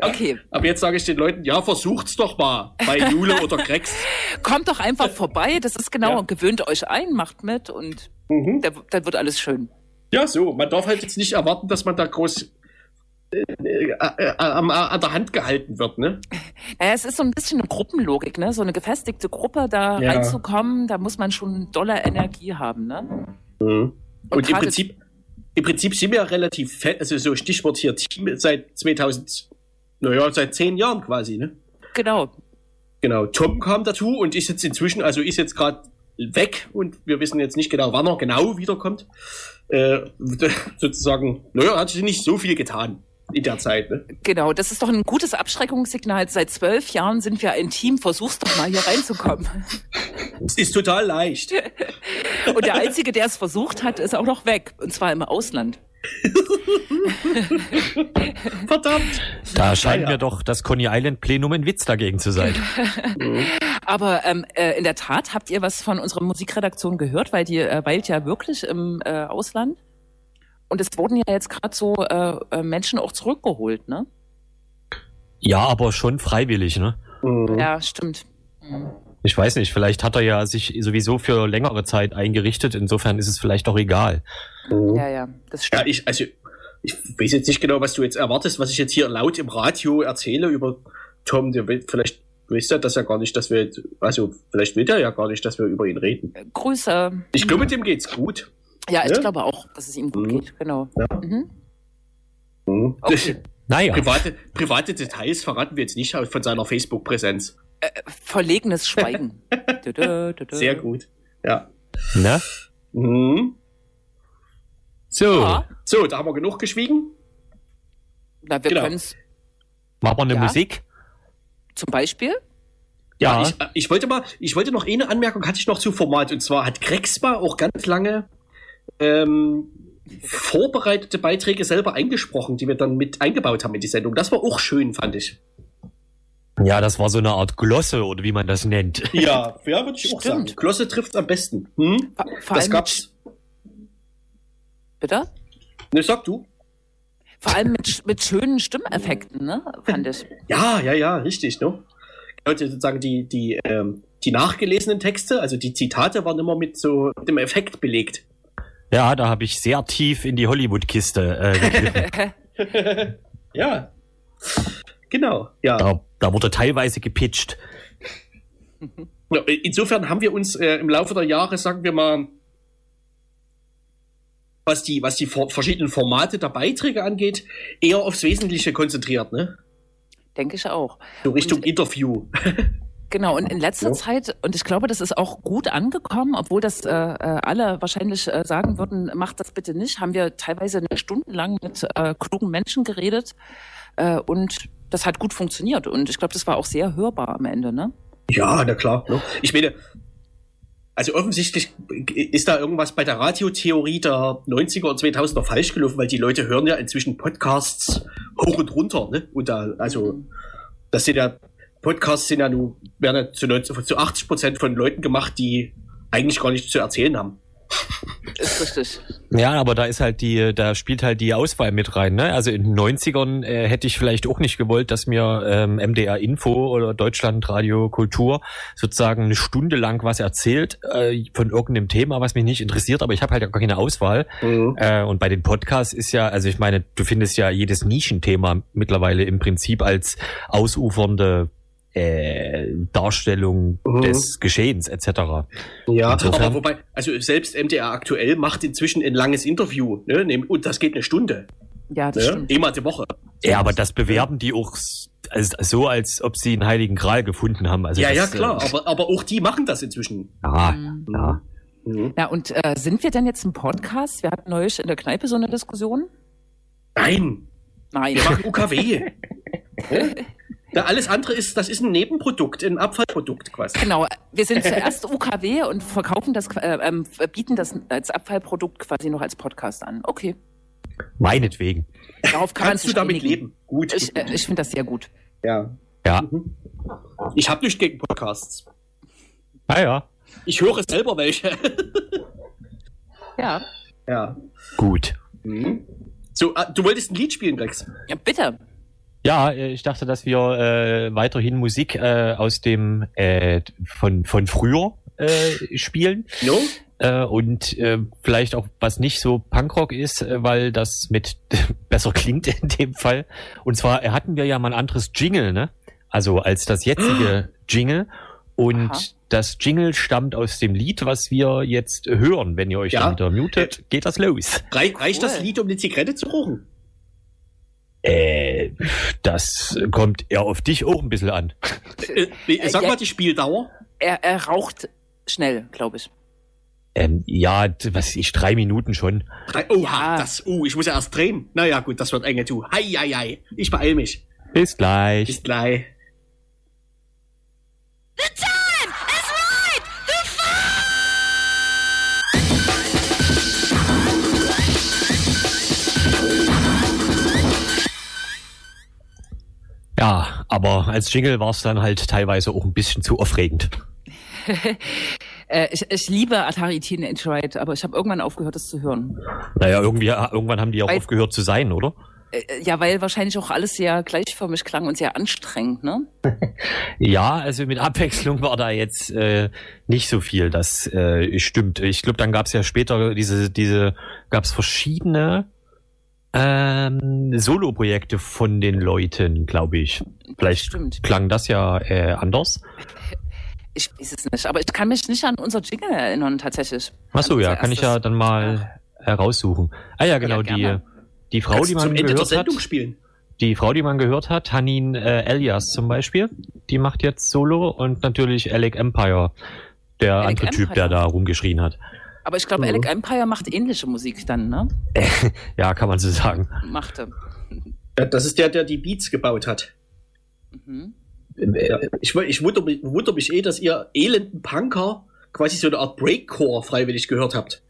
Speaker 2: Okay,
Speaker 3: Aber jetzt sage ich den Leuten, ja, versucht's doch mal bei Jule oder Grex.
Speaker 2: kommt doch einfach vorbei. Das ist genau.
Speaker 3: Äh, Ja.
Speaker 2: Und gewöhnt euch ein, macht mit und
Speaker 3: Mhm.
Speaker 2: dann dann wird alles schön.
Speaker 3: Ja, so. Man darf halt jetzt nicht erwarten, dass man da groß äh, äh, äh, am- äh, an der Hand gehalten wird, ne?
Speaker 2: Naja, es ist so ein bisschen eine Gruppenlogik, ne? So eine gefestigte Gruppe da
Speaker 3: Ja.
Speaker 2: reinzukommen, da muss man schon dolle Energie haben, ne?
Speaker 3: Mhm. Und, im,
Speaker 2: gerade-
Speaker 3: Prinzip, im Prinzip sind wir ja relativ fett, also so Stichwort hier Team seit 2000, naja, seit zehn Jahren quasi, ne?
Speaker 2: Genau.
Speaker 3: Genau. Tom kam dazu und ist jetzt inzwischen, also ist jetzt gerade weg und wir wissen jetzt nicht genau, wann er genau wiederkommt. Äh, [LAUGHS] sozusagen, naja, hat sich nicht so viel getan in der Zeit, ne?
Speaker 2: Genau, das ist doch ein gutes Abschreckungssignal. Seit zwölf Jahren sind wir ein Team. Versuch's doch mal hier
Speaker 3: [LAUGHS]
Speaker 2: reinzukommen.
Speaker 3: Es ist total
Speaker 2: [LAUGHS]
Speaker 3: leicht.
Speaker 2: Und der Einzige, der es versucht hat, ist auch noch weg. Und zwar im Ausland.
Speaker 3: Verdammt.
Speaker 1: Da scheint
Speaker 3: ja.
Speaker 1: mir doch das Coney Island Plenum ein Witz dagegen zu sein.
Speaker 2: Aber ähm, äh, in der Tat habt ihr was von unserer Musikredaktion gehört, weil die äh, weilt ja wirklich im äh, Ausland. Und es wurden ja jetzt gerade so äh, äh, Menschen auch zurückgeholt, ne?
Speaker 1: Ja, aber schon freiwillig, ne?
Speaker 3: Mhm.
Speaker 2: Ja, stimmt.
Speaker 1: Ich weiß nicht, vielleicht hat er ja sich sowieso für längere Zeit eingerichtet, insofern ist es vielleicht doch egal.
Speaker 3: Mhm.
Speaker 2: Ja, ja, das stimmt.
Speaker 3: Ja, ich, also, ich weiß jetzt nicht genau, was du jetzt erwartest, was ich jetzt hier laut im Radio erzähle über Tom. Der will, vielleicht wisst er das ja gar nicht, dass wir, jetzt- also, vielleicht will er ja gar nicht, dass wir über ihn reden.
Speaker 2: Grüße.
Speaker 3: Ich glaube, dem geht's gut.
Speaker 2: Ja, ich
Speaker 3: Ne?
Speaker 2: glaube auch, dass es ihm gut
Speaker 3: Mhm.
Speaker 2: geht, genau.
Speaker 3: Ja.
Speaker 2: Mhm.
Speaker 3: Mhm. [LAUGHS]
Speaker 2: Okay.
Speaker 1: Naja,
Speaker 2: Genau.
Speaker 3: Private, private Details verraten wir jetzt nicht von seiner Facebook-Präsenz.
Speaker 2: Verlegenes
Speaker 3: [LAUGHS]
Speaker 2: Schweigen. Dö, dö, dö, dö.
Speaker 3: Sehr gut. Ja.
Speaker 1: ne?
Speaker 3: Mhm. So.
Speaker 2: Ja.
Speaker 3: So, da haben wir genug geschwiegen.
Speaker 2: Na, wir
Speaker 3: Genau.
Speaker 2: können es
Speaker 1: Machen wir eine
Speaker 2: Ja.
Speaker 1: Musik?
Speaker 2: zum Beispiel.
Speaker 3: Ja,
Speaker 1: Ja.
Speaker 3: ich, äh, ich wollte mal, ich wollte noch eine Anmerkung hatte ich noch zu Format und zwar hat Grexpa auch ganz lange ähm, vorbereitete Beiträge selber eingesprochen, die wir dann mit eingebaut haben in die Sendung. Das war auch schön, fand ich.
Speaker 1: Ja, das war so eine Art Glosse oder wie man das nennt.
Speaker 3: [LAUGHS] Ja, ja, würde ich
Speaker 2: auch sagen.
Speaker 3: Klosse trifft am besten. Hm?
Speaker 2: Vor, vor
Speaker 3: Das
Speaker 2: allem mit,
Speaker 3: gab's.
Speaker 2: bitte?
Speaker 3: Ne, sag du.
Speaker 2: Vor allem mit, sch- mit schönen Stimmeffekten, ne? Fand ich.
Speaker 3: Ja, ja, ja, richtig, ne? Leute sozusagen die die ähm, die nachgelesenen Texte, also die Zitate waren immer mit so dem Effekt belegt.
Speaker 1: Ja, da habe ich sehr
Speaker 2: [LAUGHS]
Speaker 1: tief in die Hollywood-Kiste äh, gegriffen.
Speaker 3: Ja. Genau, ja.
Speaker 1: Da, da wurde teilweise gepitcht.
Speaker 3: Ja, äh, Insofern haben wir uns äh, im Laufe der Jahre, sagen wir mal, was die, was die for verschiedenen Formate der Beiträge angeht, eher aufs Wesentliche konzentriert, ne?
Speaker 2: Denke ich auch.
Speaker 3: So Richtung
Speaker 2: Und-
Speaker 3: Interview.
Speaker 2: Genau, und in letzter
Speaker 3: Ja.
Speaker 2: Zeit, und ich glaube, das ist auch gut angekommen, obwohl das äh, äh, alle wahrscheinlich äh, sagen würden, macht das bitte nicht, haben wir teilweise eine Stunde lang mit äh, klugen Menschen geredet äh, und das hat gut funktioniert und ich glaube, das war auch sehr hörbar am Ende, ne?
Speaker 3: Ja, na klar. Ne? Ich meine, also offensichtlich ist da irgendwas bei der Radiotheorie der 90er und 2000er falsch gelaufen, weil die Leute hören ja inzwischen Podcasts hoch und runter. Ne? Und da, also, das sind ja, Podcasts sind ja nun, werden ja zu, 90, zu 80 Prozent von Leuten gemacht, die eigentlich gar nichts zu erzählen haben.
Speaker 2: Ist richtig.
Speaker 1: Ja, aber da ist halt die, da spielt halt die Auswahl mit rein. Ne? Also in den 90ern äh, hätte ich vielleicht auch nicht gewollt, dass mir ähm, MDR Info oder Deutschlandradio Kultur sozusagen eine Stunde lang was erzählt äh, von irgendeinem Thema, was mich nicht interessiert, aber ich habe halt ja gar keine Auswahl. Äh, und bei den Podcasts ist ja, also ich meine, du findest ja jedes Nischenthema mittlerweile im Prinzip als ausufernde äh, Darstellung
Speaker 3: Mhm.
Speaker 1: des Geschehens etc.
Speaker 3: Ja,
Speaker 1: Insofern-
Speaker 3: aber wobei, also selbst MDR aktuell macht inzwischen ein langes Interview. Ne? Nehm- Und das geht eine Stunde.
Speaker 2: Ja, das
Speaker 3: Ne?
Speaker 2: stimmt.
Speaker 3: Immer die Woche.
Speaker 1: Ja, aber das bewerben die auch s- als, so, als ob sie einen heiligen Gral gefunden haben. Also
Speaker 3: ja,
Speaker 1: das,
Speaker 3: ja, klar.
Speaker 1: Äh,
Speaker 3: Aber, aber auch die machen das inzwischen.
Speaker 1: ja,
Speaker 2: Mhm.
Speaker 1: ja.
Speaker 3: Mhm.
Speaker 2: Na und äh, sind wir denn jetzt ein Podcast? Wir hatten neulich in der Kneipe so eine Diskussion.
Speaker 3: Nein,
Speaker 2: Nein.
Speaker 3: wir [LAUGHS]
Speaker 2: [LAUGHS]
Speaker 3: machen UKW. Na, alles andere ist, das ist ein Nebenprodukt, ein Abfallprodukt quasi.
Speaker 2: Genau, wir sind zuerst UKW und verkaufen das, äh, ähm, bieten das als Abfallprodukt quasi noch als Podcast an. Okay,
Speaker 1: meinetwegen.
Speaker 2: darauf kann man
Speaker 3: Kannst
Speaker 2: sich
Speaker 3: du damit
Speaker 2: einigen.
Speaker 3: leben? Gut.
Speaker 2: Ich, äh, ich finde das sehr gut.
Speaker 3: ja.
Speaker 1: Ja,
Speaker 3: Mhm. Ich habe nichts gegen Podcasts.
Speaker 1: naja,
Speaker 3: Ich höre selber welche.
Speaker 2: Ja.
Speaker 3: ja.
Speaker 1: gut.
Speaker 3: Mhm. So, ah, du wolltest ein Lied spielen, Rex.
Speaker 2: ja bitte.
Speaker 1: Ja, äh, ich dachte, dass wir äh, weiterhin Musik äh, aus dem äh, von von früher äh, spielen
Speaker 3: No?
Speaker 1: äh, und äh, vielleicht auch was nicht so Punkrock ist, äh, weil das mit [LAUGHS] besser klingt in dem Fall. Und zwar äh, hatten wir ja mal ein anderes Jingle, ne? Also als das jetzige Jingle und
Speaker 2: Aha.
Speaker 1: das Jingle stammt aus dem Lied, was wir jetzt hören. Wenn ihr euch
Speaker 3: Ja.
Speaker 1: dann wieder mutet, geht das los.
Speaker 3: Rei Reicht das
Speaker 2: Cool.
Speaker 3: Lied, um eine Zigarette zu rauchen?
Speaker 1: Äh, das kommt eher auf dich auch ein bisschen an.
Speaker 3: Äh, äh, sag
Speaker 2: ja.
Speaker 3: mal die Spieldauer.
Speaker 2: Er, er raucht schnell, glaube ich.
Speaker 1: Ähm, ja, d- was ich, drei Minuten schon.
Speaker 3: Drei, oha,
Speaker 2: Ja.
Speaker 3: das, oh, ich muss ja erst drehen. Naja, gut, das wird enge Tu. Hei, hei, hei. Ich beeil mich.
Speaker 1: Bis gleich.
Speaker 3: Bis gleich.
Speaker 1: ja, aber als Jingle war es dann halt teilweise auch ein bisschen zu aufregend.
Speaker 2: Äh, ich, ich liebe Atari Teen Age Ride, aber ich habe irgendwann aufgehört, das zu hören.
Speaker 1: Naja, irgendwie, irgendwann haben die auch
Speaker 2: Weil-
Speaker 1: aufgehört zu sein, oder?
Speaker 2: Äh, äh, ja, weil wahrscheinlich auch alles sehr gleichförmig klang und sehr anstrengend, ne?
Speaker 1: Ja, also mit Abwechslung war da jetzt äh, nicht so viel. Das äh, stimmt. Ich glaube, dann gab es ja später diese, diese, gab es verschiedene ähm, Solo-Projekte von den Leuten, glaube ich. Vielleicht
Speaker 2: Stimmt.
Speaker 1: klang das ja äh, anders.
Speaker 2: Ich weiß es nicht, aber ich kann mich nicht an unser Jingle erinnern, tatsächlich.
Speaker 1: Ach so,
Speaker 2: An
Speaker 1: ja,
Speaker 2: unser
Speaker 1: kann ich ja
Speaker 2: Also erstes.
Speaker 1: dann mal heraussuchen. Ah ja, genau, die,
Speaker 2: gerne. Also
Speaker 1: die Frau,
Speaker 3: Kannst
Speaker 1: die
Speaker 3: du zum
Speaker 1: man
Speaker 3: Ende der
Speaker 1: gehört hat,
Speaker 3: Sendung spielen.
Speaker 1: die Frau, die man gehört hat, Hanin äh, Elias zum Beispiel, die macht jetzt Solo und natürlich Alec Empire, der
Speaker 2: Alec
Speaker 1: andere Typ, der
Speaker 2: Empire.
Speaker 1: da rumgeschrien hat.
Speaker 2: Aber ich glaube, Alec Empire macht ähnliche Musik dann, ne?
Speaker 1: Ja, kann man so sagen.
Speaker 2: Machte.
Speaker 3: Ja, Äh, das ist der, der die Beats gebaut hat.
Speaker 2: Mhm.
Speaker 3: Ja. Ich, wund- ich wundere, mich, wundere mich eh, dass ihr elenden Punker quasi so eine Art Breakcore freiwillig gehört habt.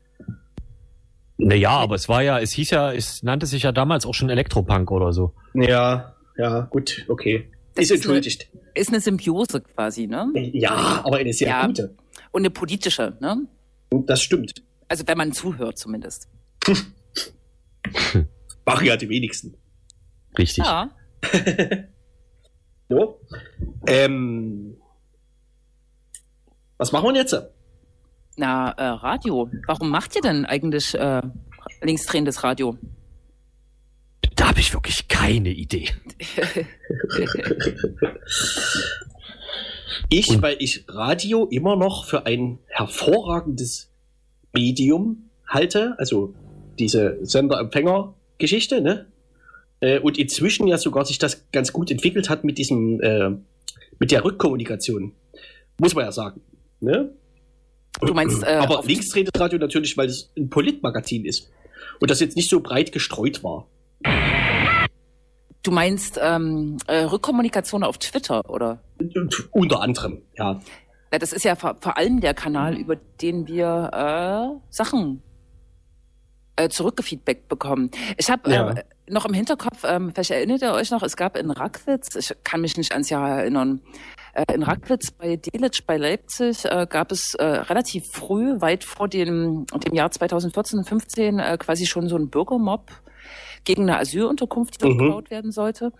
Speaker 1: Naja, aber es war ja, es hieß ja, es nannte sich ja damals auch schon Elektropunk oder so.
Speaker 3: Ja, ja, gut, okay.
Speaker 2: Das
Speaker 3: ist
Speaker 2: ist
Speaker 3: entschuldigt.
Speaker 2: Ist eine Symbiose quasi, ne?
Speaker 3: Ja, aber eine sehr
Speaker 2: Ja.
Speaker 3: gute.
Speaker 2: Und eine politische, ne?
Speaker 3: Das stimmt.
Speaker 2: Also wenn man zuhört zumindest.
Speaker 3: Machen ja die wenigsten.
Speaker 1: Richtig.
Speaker 2: Ja.
Speaker 3: So. Ähm, was machen wir denn jetzt?
Speaker 2: Na, äh, Radio. Warum macht ihr denn eigentlich äh, linksdrehendes Radio?
Speaker 1: Da habe ich wirklich keine Idee.
Speaker 3: Ich,
Speaker 1: Und-
Speaker 3: weil ich Radio immer noch für ein hervorragendes Medium halte, also diese Sender-Empfänger-Geschichte, ne? Äh, Und inzwischen ja sogar sich das ganz gut entwickelt hat mit diesem, äh, mit der Rückkommunikation. Muss man ja sagen. Ne?
Speaker 2: Du meinst, äh,
Speaker 3: Aber
Speaker 2: auf-
Speaker 3: linksdrehendes Radio natürlich, weil es ein Politmagazin ist. Und das jetzt nicht so breit gestreut war.
Speaker 2: du meinst ähm, äh, Rückkommunikation auf Twitter, oder?
Speaker 3: Und- und Unter anderem, ja.
Speaker 2: Ja, das ist ja vor, vor allem der
Speaker 3: Mhm.
Speaker 2: Kanal, über den wir äh, Sachen äh, zurückgefeedback bekommen. Ich habe
Speaker 3: Ja.
Speaker 2: äh, noch im Hinterkopf, ähm, vielleicht erinnert ihr euch noch, es gab in Rackwitz, ich kann mich nicht ans Jahr erinnern, äh, in Rackwitz bei Delitzsch bei Leipzig äh, gab es äh, relativ früh, weit vor dem, dem Jahr 2014, 15, äh, quasi schon so einen Bürgermob gegen eine Asylunterkunft, die dort
Speaker 3: Mhm.
Speaker 2: gebaut werden sollte.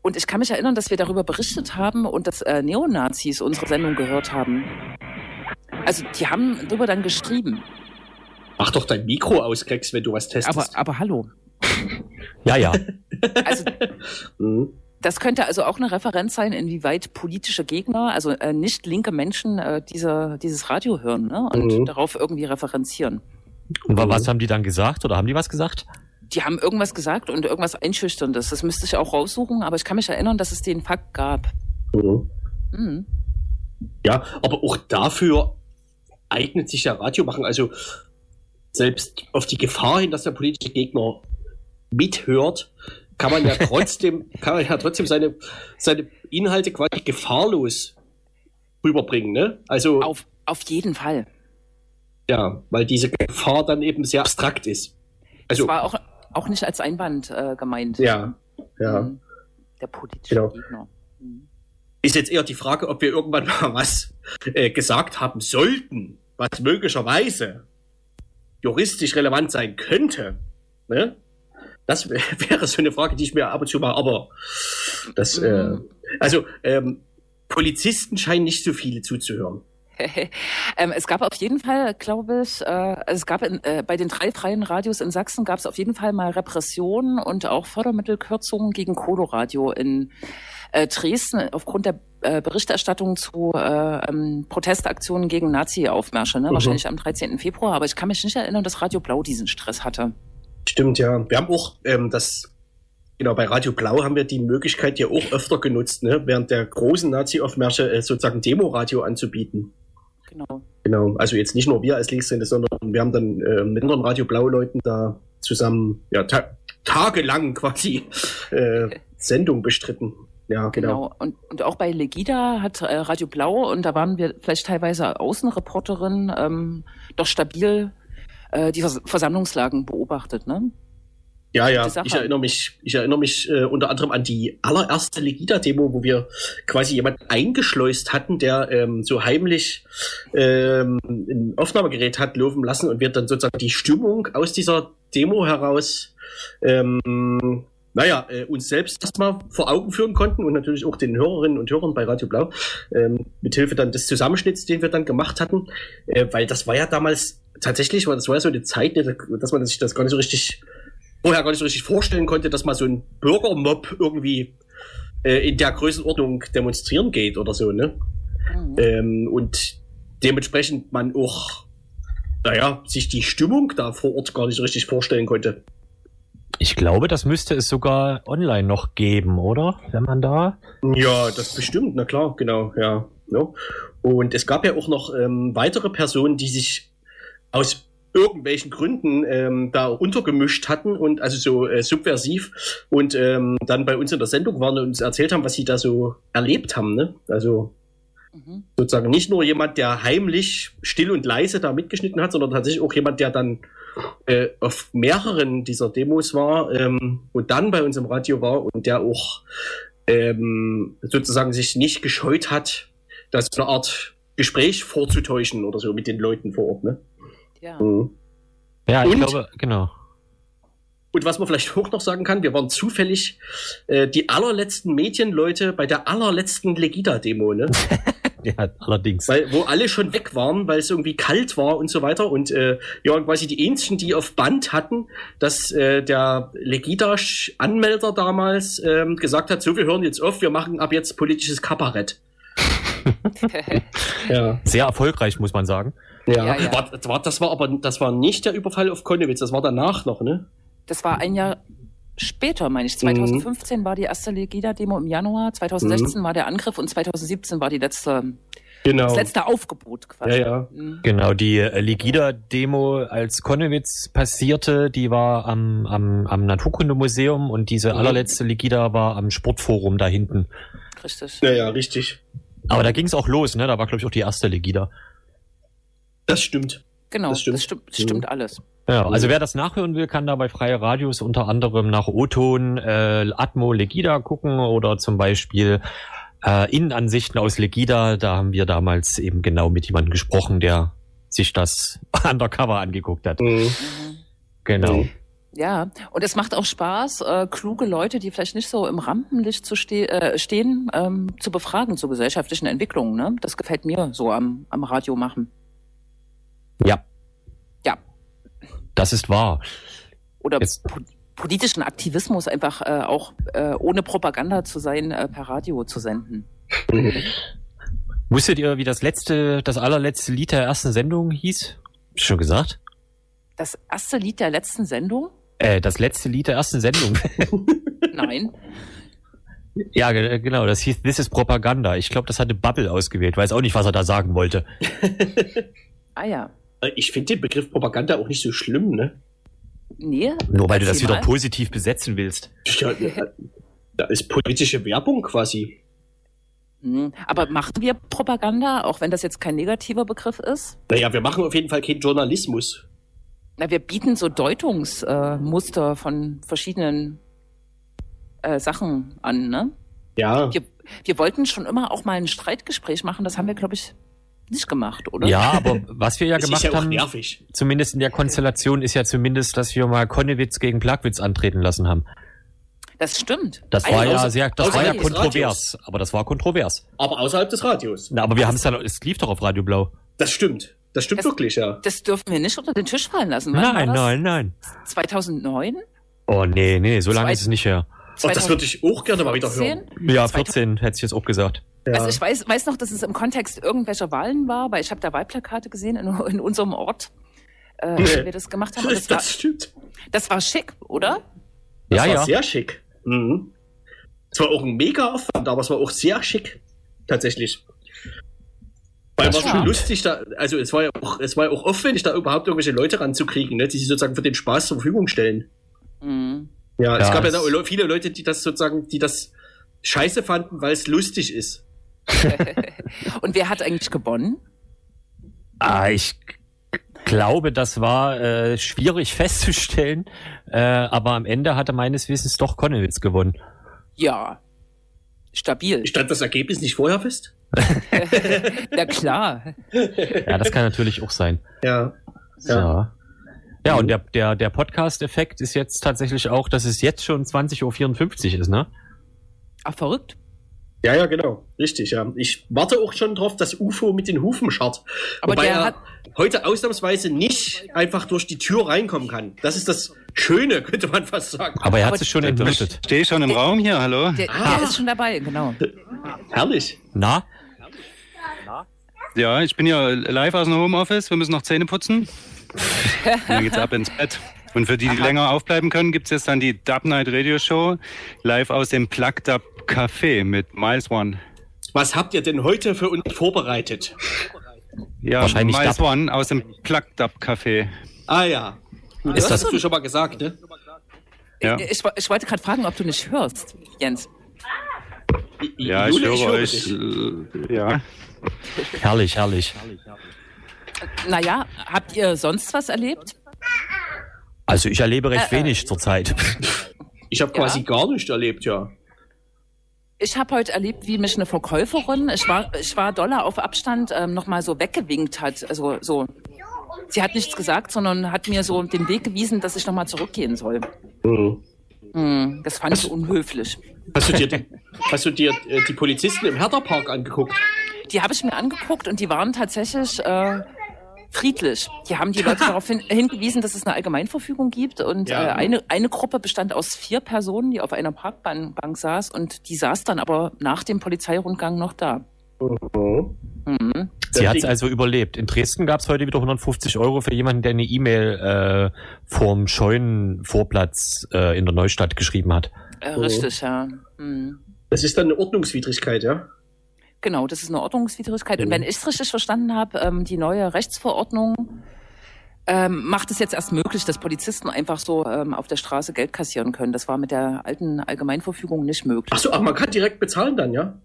Speaker 2: Und ich kann mich erinnern, dass wir darüber berichtet haben und dass äh, Neonazis unsere Sendung gehört haben. Also die haben darüber dann geschrieben.
Speaker 3: Mach doch dein Mikro aus, Grex, wenn du was testest.
Speaker 2: Aber, aber hallo.
Speaker 1: Ja,
Speaker 2: [LAUGHS]
Speaker 1: ja.
Speaker 2: Also
Speaker 3: Mhm.
Speaker 2: das könnte also auch eine Referenz sein, inwieweit politische Gegner, also äh, nicht linke Menschen, äh, diese, dieses Radio hören ne? und
Speaker 3: Mhm.
Speaker 2: darauf irgendwie referenzieren.
Speaker 1: Und wa-
Speaker 2: Mhm.
Speaker 1: was haben die dann gesagt? Oder haben die was gesagt?
Speaker 2: Die haben irgendwas gesagt und irgendwas Einschüchterndes. Das müsste ich auch raussuchen, aber ich kann mich erinnern, dass es den Fakt gab.
Speaker 3: Mhm.
Speaker 2: Mhm.
Speaker 3: Ja, aber auch dafür eignet sich ja Radio machen. Also selbst auf die Gefahr hin, dass der politische Gegner mithört, kann
Speaker 2: [LAUGHS]
Speaker 3: man ja trotzdem, kann man ja trotzdem seine, seine Inhalte quasi gefahrlos rüberbringen. Ne? Also
Speaker 2: Auf, auf jeden Fall.
Speaker 3: ja, weil diese Gefahr dann eben sehr abstrakt ist.
Speaker 2: Das
Speaker 3: Also
Speaker 2: war auch, auch nicht als Einwand äh, gemeint.
Speaker 3: ja, ja.
Speaker 2: Mhm. Der politische
Speaker 3: Genau.
Speaker 2: Gegner. Mhm.
Speaker 3: Ist jetzt eher die Frage, ob wir irgendwann mal [LAUGHS] was äh, gesagt haben sollten, was möglicherweise juristisch relevant sein könnte. Ne? Das wär- [LAUGHS] wäre so eine Frage, die ich mir ab und zu mal, aber das, äh,
Speaker 2: Mhm.
Speaker 3: also ähm, Polizisten scheinen nicht so viele zuzuhören.
Speaker 2: ähm, es gab auf jeden Fall, glaube ich, äh, es gab in, äh, bei den drei freien Radios in Sachsen gab es auf jeden Fall mal Repressionen und auch Fördermittelkürzungen gegen Coloradio in äh, Dresden aufgrund der äh, Berichterstattung zu äh, ähm, Protestaktionen gegen Nazi-Aufmärsche, ne?
Speaker 3: Mhm.
Speaker 2: wahrscheinlich am 13. Februar, aber ich kann mich nicht erinnern, dass Radio Blau diesen Stress hatte.
Speaker 3: Stimmt, ja. Wir haben auch ähm, das, genau, bei Radio Blau haben wir die Möglichkeit ja auch öfter genutzt, ne, während der großen Nazi-Aufmärsche äh, sozusagen Demoradio anzubieten.
Speaker 2: Genau.
Speaker 3: Genau, also jetzt nicht nur wir als Linkshände, sondern wir haben dann äh, mit anderen Radio Blau-Leuten da zusammen ja, ta tagelang quasi äh, Sendung bestritten. Ja, genau.
Speaker 2: Genau. Und, und auch bei Legida hat äh, Radio Blau, und da waren wir vielleicht teilweise Außenreporterinnen, ähm, doch stabil äh, die Vers Versammlungslagen beobachtet. Ne?
Speaker 3: Ja, ja,
Speaker 2: Gute Sache.
Speaker 3: ich erinnere mich, ich erinnere mich äh, unter anderem an die allererste Legida-Demo, wo wir quasi jemanden eingeschleust hatten, der ähm, so heimlich ähm, ein Aufnahmegerät hat laufen lassen und wir dann sozusagen die Stimmung aus dieser Demo heraus, ähm, naja, äh, uns selbst erstmal vor Augen führen konnten und natürlich auch den Hörerinnen und Hörern bei Radio Blau, ähm, mithilfe dann des Zusammenschnitts, den wir dann gemacht hatten, äh, weil das war ja damals tatsächlich, weil das war ja so eine Zeit, ne, dass man sich das gar nicht so richtig vorher gar nicht so richtig vorstellen konnte, dass mal so ein Bürgermob irgendwie äh, in der Größenordnung demonstrieren geht oder so, ne?
Speaker 2: Mhm.
Speaker 3: Ähm, und dementsprechend man auch, naja, sich die Stimmung da vor Ort gar nicht so richtig vorstellen konnte.
Speaker 1: Ich glaube, das müsste es sogar online noch geben, oder? Wenn man da.
Speaker 3: Ja, das bestimmt, na klar, genau, ja. ja. Und es gab ja auch noch ähm, weitere Personen, die sich aus irgendwelchen Gründen ähm, da untergemischt hatten und also so äh, subversiv und ähm, dann bei uns in der Sendung waren und uns erzählt haben, was sie da so erlebt haben. Ne? Also
Speaker 2: Mhm.
Speaker 3: sozusagen nicht nur jemand, der heimlich still und leise da mitgeschnitten hat, sondern tatsächlich auch jemand, der dann äh, auf mehreren dieser Demos war ähm, und dann bei uns im Radio war und der auch ähm, sozusagen sich nicht gescheut hat, das so eine Art Gespräch vorzutäuschen oder so mit den Leuten vor Ort. Ne?
Speaker 2: Ja. [LAUGHS]
Speaker 3: Mhm.
Speaker 1: Ja, ich
Speaker 3: Und?
Speaker 1: glaube, genau.
Speaker 3: Und was man vielleicht auch noch sagen kann, wir waren zufällig äh, die allerletzten Medienleute bei der allerletzten Legida-Demo. Ne?
Speaker 1: Ja, allerdings.
Speaker 3: Weil, wo alle schon weg waren, weil es irgendwie kalt war und so weiter. Und äh, wir waren quasi die einzigen, die auf Band hatten, dass äh, der Legida-Anmelder damals ähm, gesagt hat, so, wir hören jetzt auf, wir machen ab jetzt politisches Kabarett. ja.
Speaker 1: Sehr erfolgreich, muss man sagen.
Speaker 3: Ja,
Speaker 2: Ja, ja.
Speaker 3: War, war, das war aber das war nicht der Überfall auf Konnewitz, das war danach noch, ne?
Speaker 2: Das war ein Jahr später, meine
Speaker 3: Mhm.
Speaker 2: ich. 2015 war die erste Legida-Demo im Januar, 2016 war der Angriff und 2017 war die letzte,
Speaker 3: Mhm. Genau.
Speaker 2: das letzte Aufgebot
Speaker 3: Ja,
Speaker 2: quasi.
Speaker 3: ja.
Speaker 2: Mhm.
Speaker 1: Genau, die äh, Legida-Demo, als Konnewitz passierte, die war am, am, am Naturkundemuseum und diese allerletzte Legida war am Sportforum da hinten.
Speaker 2: Richtig.
Speaker 3: Ja, ja, richtig.
Speaker 1: Aber da ging es auch los, ne? Da war, glaube ich, auch die erste Legida.
Speaker 3: Das stimmt.
Speaker 2: Genau,
Speaker 3: Das
Speaker 2: das
Speaker 3: stimmt. Mhm.
Speaker 2: stimmt, das stimmt, stimmt alles.
Speaker 1: Ja, also wer das nachhören will, kann da bei Freie Radios unter anderem nach O-Ton äh, Atmo Legida gucken oder zum Beispiel äh, Innenansichten aus Legida. Da haben wir damals eben genau mit jemandem gesprochen, der sich das [LAUGHS] undercover angeguckt hat.
Speaker 3: Mhm.
Speaker 2: Mhm.
Speaker 1: Genau.
Speaker 2: Ja, und es macht auch Spaß, äh, kluge Leute, die vielleicht nicht so im Rampenlicht zu ste äh, stehen, ähm, zu befragen zu gesellschaftlichen Entwicklungen. Ne? Das gefällt mir so am, am Radio machen.
Speaker 1: Ja,
Speaker 2: Ja,
Speaker 1: das ist wahr.
Speaker 2: oder
Speaker 1: Jetzt-
Speaker 2: po politischen Aktivismus einfach äh, auch äh, ohne Propaganda zu sein, äh, per Radio zu senden.
Speaker 1: Wusstet ihr, wie das letzte, das allerletzte Lied der ersten Sendung hieß? Schon gesagt?
Speaker 2: Das erste Lied der letzten Sendung?
Speaker 1: Äh, das letzte Lied der ersten Sendung. [LAUGHS]
Speaker 2: Nein.
Speaker 1: ja, ge- genau, das hieß This is Propaganda. Ich glaube, das hatte Bubble ausgewählt. Weiß auch nicht, was er da sagen wollte.
Speaker 2: ah ja.
Speaker 3: Äh, Ich finde den Begriff Propaganda auch nicht so schlimm, ne?
Speaker 2: Nee.
Speaker 1: Nur weil du das
Speaker 2: erzähl
Speaker 1: wieder
Speaker 2: mal.
Speaker 1: positiv besetzen willst.
Speaker 2: [LAUGHS]
Speaker 3: Ja, da ist politische Werbung quasi.
Speaker 2: Hm. Aber machen wir Propaganda, auch wenn das jetzt kein negativer Begriff ist?
Speaker 3: Naja, wir machen auf jeden Fall keinen Journalismus.
Speaker 2: Na, wir bieten so Deutungsmuster äh, Muster von verschiedenen äh, Sachen an, ne?
Speaker 3: Ja.
Speaker 2: Wir, wir wollten schon immer auch mal ein Streitgespräch machen, das haben wir, glaube ich, nicht gemacht, oder?
Speaker 1: Ja, aber was wir ja
Speaker 3: Es
Speaker 1: gemacht
Speaker 3: Ne? [LAUGHS] ist ja auch
Speaker 1: haben,
Speaker 3: nervig.
Speaker 1: zumindest in der Konstellation, ist ja zumindest, dass wir mal Konnewitz gegen Plagwitz antreten lassen haben.
Speaker 2: Das stimmt.
Speaker 1: Das
Speaker 2: Also
Speaker 1: war ja
Speaker 3: außer-
Speaker 1: sehr, das war ja
Speaker 3: außerhalb des
Speaker 1: kontrovers. Aber das war kontrovers.
Speaker 3: Aber außerhalb des Radios.
Speaker 1: Na, aber wir haben es dann, es lief doch auf Radio Blau.
Speaker 3: Das stimmt. Das stimmt
Speaker 2: Das-
Speaker 3: wirklich, ja.
Speaker 2: Das dürfen wir nicht unter den Tisch fallen lassen. Wann
Speaker 1: Nein,
Speaker 2: war das?
Speaker 1: nein, nein.
Speaker 2: 2009?
Speaker 1: Oh, nee, nee, so lange
Speaker 2: Zwei-
Speaker 1: ist es nicht her.
Speaker 3: Und das würde ich auch gerne mal wieder hören.
Speaker 2: 2014?
Speaker 1: Ja,
Speaker 2: Zweitausend-
Speaker 1: 14 hätte ich jetzt auch gesagt.
Speaker 2: Also ich weiß, weiß noch, dass es im Kontext irgendwelcher Wahlen war, weil ich habe da Wahlplakate gesehen in, in unserem Ort, äh,
Speaker 3: Nee.
Speaker 2: wie wir das
Speaker 3: [LAUGHS]
Speaker 2: gemacht haben. Und
Speaker 3: Das,
Speaker 2: Das war,
Speaker 3: das stimmt.
Speaker 2: das war schick, oder?
Speaker 3: Das
Speaker 1: ja,
Speaker 3: war
Speaker 1: ja.
Speaker 3: sehr schick. Mhm. Es war auch ein mega Aufwand, aber es war auch sehr schick. Tatsächlich. Weil
Speaker 1: Das
Speaker 3: war schon
Speaker 1: stimmt.
Speaker 3: lustig da, also es war ja auch, es war ja auch aufwendig, da überhaupt irgendwelche Leute ranzukriegen, ne, die sich sozusagen für den Spaß zur Verfügung stellen.
Speaker 2: Mhm.
Speaker 3: Ja, es
Speaker 1: Ja,
Speaker 3: gab ja
Speaker 1: es-
Speaker 3: da le- viele Leute, die das sozusagen, die das scheiße fanden, weil es lustig ist.
Speaker 2: Und wer hat eigentlich gewonnen?
Speaker 1: Ah, ich glaube, das war äh, schwierig [LAUGHS] festzustellen, äh, aber am Ende hatte meines Wissens doch Konnewitz gewonnen.
Speaker 2: Ja. Stabil.
Speaker 3: Stand das Ergebnis nicht vorher fest?
Speaker 2: Na klar.
Speaker 1: Ja, das kann natürlich auch sein.
Speaker 3: [LAUGHS] Ja.
Speaker 1: Ja. Ja, und der, der, der Podcast-Effekt ist jetzt tatsächlich auch, dass es jetzt schon 20.54 Uhr ist, ne?
Speaker 2: Ach, verrückt.
Speaker 3: Ja, ja, genau. Richtig, ja. Ich warte auch schon drauf, dass UFO mit den Hufen scharrt.
Speaker 2: Aber
Speaker 3: Wobei
Speaker 2: der
Speaker 3: er
Speaker 2: hat-
Speaker 3: heute ausnahmsweise nicht einfach durch die Tür reinkommen kann. Das ist das Schöne, [LAUGHS] könnte man fast sagen.
Speaker 1: Aber er hat
Speaker 2: Aber-
Speaker 1: sich schon entrüstet.
Speaker 5: Stehe schon im Raum hier, hallo?
Speaker 2: Der, der ist schon dabei, genau.
Speaker 3: Herrlich.
Speaker 1: Na?
Speaker 5: Ja, ich bin ja live aus dem Homeoffice. Wir müssen noch Zähne putzen. Und Dann geht's ab ins Bett. Und für die, die länger aufbleiben können, gibt's jetzt dann die Dub Night Radio Show live aus dem Plug Dub Café mit Miles One.
Speaker 3: Was habt ihr denn heute für uns vorbereitet?
Speaker 5: Ja,
Speaker 1: Wahrscheinlich
Speaker 5: Miles
Speaker 1: Dub.
Speaker 5: One aus dem Plug Dub Café.
Speaker 3: Ah ja.
Speaker 1: Ist das-
Speaker 3: hast du schon mal gesagt, ne?
Speaker 5: Ja,
Speaker 2: Ich, wo- ich wollte gerade fragen, ob du nicht hörst, Jens.
Speaker 5: ja ich
Speaker 3: Jule,
Speaker 5: höre euch.
Speaker 3: dich.
Speaker 5: Äh, Ja.
Speaker 1: Herrlich, herrlich.
Speaker 2: Naja, habt ihr sonst was erlebt?
Speaker 1: Also ich erlebe recht
Speaker 2: Äh, äh.
Speaker 1: wenig zurzeit.
Speaker 3: Ich habe
Speaker 2: Ja.
Speaker 3: quasi gar nichts erlebt, ja.
Speaker 2: Ich habe heute erlebt, wie mich eine Verkäuferin, ich war, ich war doller auf Abstand, ähm, nochmal so weggewinkt hat. Also so. Sie hat nichts gesagt, sondern hat mir so den Weg gewiesen, dass ich nochmal zurückgehen soll. Hm, das fand ich unhöflich. [LAUGHS]
Speaker 3: Hast du dir, hast du dir äh, die Polizisten im Hertha-Park angeguckt?
Speaker 2: die habe ich mir angeguckt und die waren tatsächlich äh, friedlich. Die haben
Speaker 3: [LAUGHS]
Speaker 2: die Leute darauf hin, hingewiesen, dass es eine Allgemeinverfügung gibt und
Speaker 3: Ja.
Speaker 2: äh, eine, eine Gruppe bestand aus vier Personen, die auf einer Parkbank Bank saß und die saß dann aber nach dem Polizeirundgang noch da. Mhm.
Speaker 1: Oh. Sie hat es
Speaker 3: Deswegen-
Speaker 1: also überlebt. In Dresden gab es heute wieder 150 Euro für jemanden, der eine E-Mail äh, vorm Scheunenvorplatz äh, in der Neustadt geschrieben
Speaker 3: [LAUGHS]
Speaker 1: hat.
Speaker 2: Äh,
Speaker 3: Oh.
Speaker 2: Richtig, ja. Mhm.
Speaker 1: also-
Speaker 3: Das ist dann eine Ordnungswidrigkeit, ja?
Speaker 2: Genau, das ist eine Ordnungswidrigkeit.
Speaker 3: Genau.
Speaker 2: Und wenn ich es richtig verstanden habe, ähm, die neue Rechtsverordnung ähm, macht es jetzt erst möglich, dass Polizisten einfach so ähm, auf der Straße Geld kassieren können. Das war mit der alten Allgemeinverfügung nicht möglich.
Speaker 3: Ach so, ach, man kann direkt bezahlen dann, ja?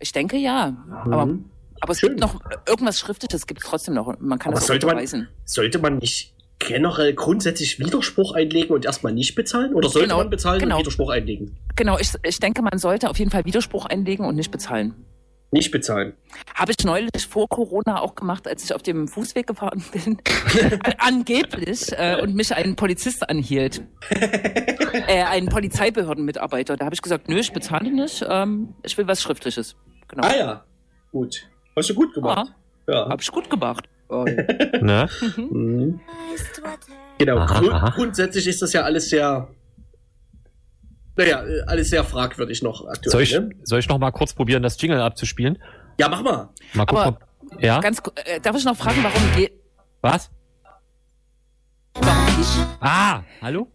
Speaker 2: Ich denke ja. Aber,
Speaker 3: Mhm.
Speaker 2: aber es
Speaker 3: Schön.
Speaker 2: gibt noch irgendwas Schriftliches, gibt es trotzdem noch. Man kann
Speaker 3: Aber
Speaker 2: das
Speaker 3: sollte man-
Speaker 2: beweisen.
Speaker 3: Sollte man nicht generell grundsätzlich Widerspruch einlegen und erstmal nicht bezahlen? Oder sollte
Speaker 2: Genau,
Speaker 3: man bezahlen
Speaker 2: genau.
Speaker 3: und Widerspruch einlegen?
Speaker 2: Genau, ich, ich denke, man sollte auf jeden Fall Widerspruch einlegen und nicht bezahlen.
Speaker 3: Nicht bezahlen.
Speaker 2: Habe ich neulich vor Corona auch gemacht, als ich auf dem Fußweg gefahren [LAUGHS] bin, an- angeblich, äh, und mich ein
Speaker 3: [LAUGHS]
Speaker 2: Polizist anhielt. äh, ein Polizeibehördenmitarbeiter. Da habe ich gesagt, nö, ich bezahle nicht, ähm, ich will was Schriftliches. Genau.
Speaker 3: Ah ja, gut. Hast du gut gemacht. Ja.
Speaker 2: Habe ich gut gemacht.
Speaker 1: Ne?
Speaker 3: Mhm. Genau,
Speaker 1: Aha,
Speaker 3: grund
Speaker 1: aha.
Speaker 3: grundsätzlich ist das ja alles sehr. Naja, äh, alles sehr fragwürdig noch aktuell.
Speaker 1: Soll ich,
Speaker 3: ne?
Speaker 1: soll ich noch mal kurz probieren, das Jingle abzuspielen?
Speaker 3: Ja, mach mal.
Speaker 1: Mal gucken,
Speaker 2: Aber-
Speaker 1: ob, ja?
Speaker 2: Ganz, ku- äh, darf ich noch fragen, warum, ge
Speaker 1: Was?
Speaker 2: warum, ich,
Speaker 1: Ah, hallo?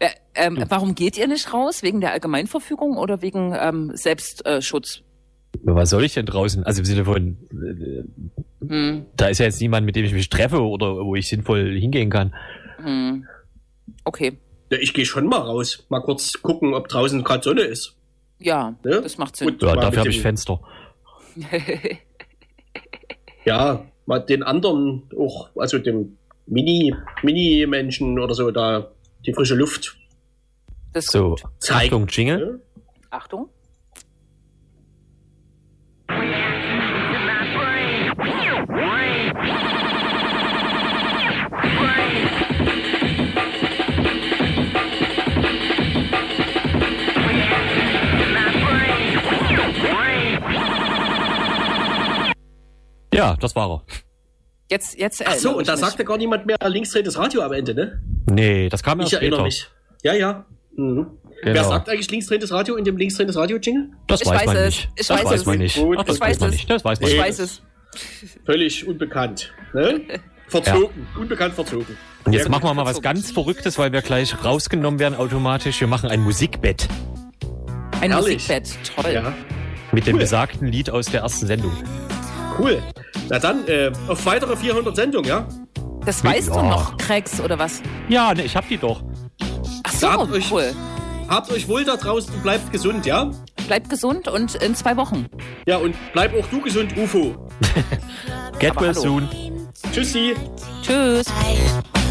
Speaker 2: äh, ähm, warum geht ihr nicht raus? Wegen der Allgemeinverfügung oder wegen ähm, Selbstschutz?
Speaker 1: Was soll ich denn draußen? Also im Sinne von, äh,
Speaker 3: Mhm.
Speaker 2: Hm,
Speaker 1: da ist ja jetzt niemand, mit dem ich mich treffe oder wo ich sinnvoll hingehen kann.
Speaker 2: hm. Okay,
Speaker 3: Ja, ich gehe schon mal raus. Mal kurz gucken, ob draußen gerade Sonne ist.
Speaker 2: ja,
Speaker 3: Ne?
Speaker 2: das macht Sinn.
Speaker 1: Ja,
Speaker 3: mal mit
Speaker 1: dafür habe ich
Speaker 3: dem-
Speaker 1: Fenster.
Speaker 3: Ja, mal den anderen auch, also dem Mini, Mini-Menschen oder so, da die frische Luft.
Speaker 2: Das ist
Speaker 1: So,
Speaker 2: gut.
Speaker 3: Zeig.
Speaker 1: Achtung, Jingle.
Speaker 3: Ne?
Speaker 2: Achtung.
Speaker 1: Ja, das war
Speaker 2: Jetzt, jetzt
Speaker 3: Ach so,
Speaker 2: erinnere
Speaker 3: und
Speaker 2: ich
Speaker 3: da
Speaker 2: mich.
Speaker 3: sagte gar niemand mehr, links dreht das Radio am Ende, ne?
Speaker 1: er. Nee, das kam
Speaker 3: ich
Speaker 1: erst
Speaker 3: erinnere
Speaker 1: später.
Speaker 3: mich. Ja, ja. Mhm.
Speaker 1: Genau.
Speaker 3: Wer sagt eigentlich links dreht das Radio in dem links dreht das Radio-Jingle?
Speaker 1: Das
Speaker 2: Ich
Speaker 1: weiß,
Speaker 2: weiß
Speaker 1: man
Speaker 2: es.
Speaker 1: nicht.
Speaker 2: Ich
Speaker 1: das
Speaker 2: weiß
Speaker 1: weiß
Speaker 2: es.
Speaker 1: man nicht.
Speaker 3: Gut,
Speaker 1: Ach, das
Speaker 2: ich weiß
Speaker 1: weiß man
Speaker 2: es.
Speaker 1: nicht. Das weiß man
Speaker 2: ich
Speaker 3: Nee.
Speaker 1: nicht.
Speaker 2: weiß es.
Speaker 3: Völlig unbekannt.
Speaker 1: [LAUGHS]
Speaker 3: Ne? Verzogen. Unbekannt verzogen.
Speaker 1: Und jetzt
Speaker 3: Ja,
Speaker 1: machen wir mal was
Speaker 2: verzogen.
Speaker 1: ganz Verrücktes, weil wir gleich rausgenommen werden automatisch. Wir machen ein Musikbett
Speaker 2: Ein
Speaker 3: Herrlich.
Speaker 2: Musikbett. Toll.
Speaker 3: Ja,
Speaker 1: mit dem
Speaker 3: Cool.
Speaker 1: besagten Lied aus der ersten Sendung.
Speaker 3: cool. Na dann, äh, auf weitere 400 Sendungen, ja?
Speaker 2: Das weißt
Speaker 1: Ja.
Speaker 2: du noch, Krex, oder was?
Speaker 1: Ja, ne, ich hab die doch.
Speaker 2: Ach so,
Speaker 3: Gabt euch-
Speaker 2: cool.
Speaker 3: Habt euch wohl da draußen, bleibt gesund, ja?
Speaker 2: Bleib gesund und in zwei Wochen.
Speaker 3: Ja, und bleib auch du gesund, UFO.
Speaker 1: Get
Speaker 2: Aber
Speaker 1: well
Speaker 2: hallo.
Speaker 1: soon.
Speaker 3: Tschüssi.
Speaker 2: Tschüss.
Speaker 6: Bye.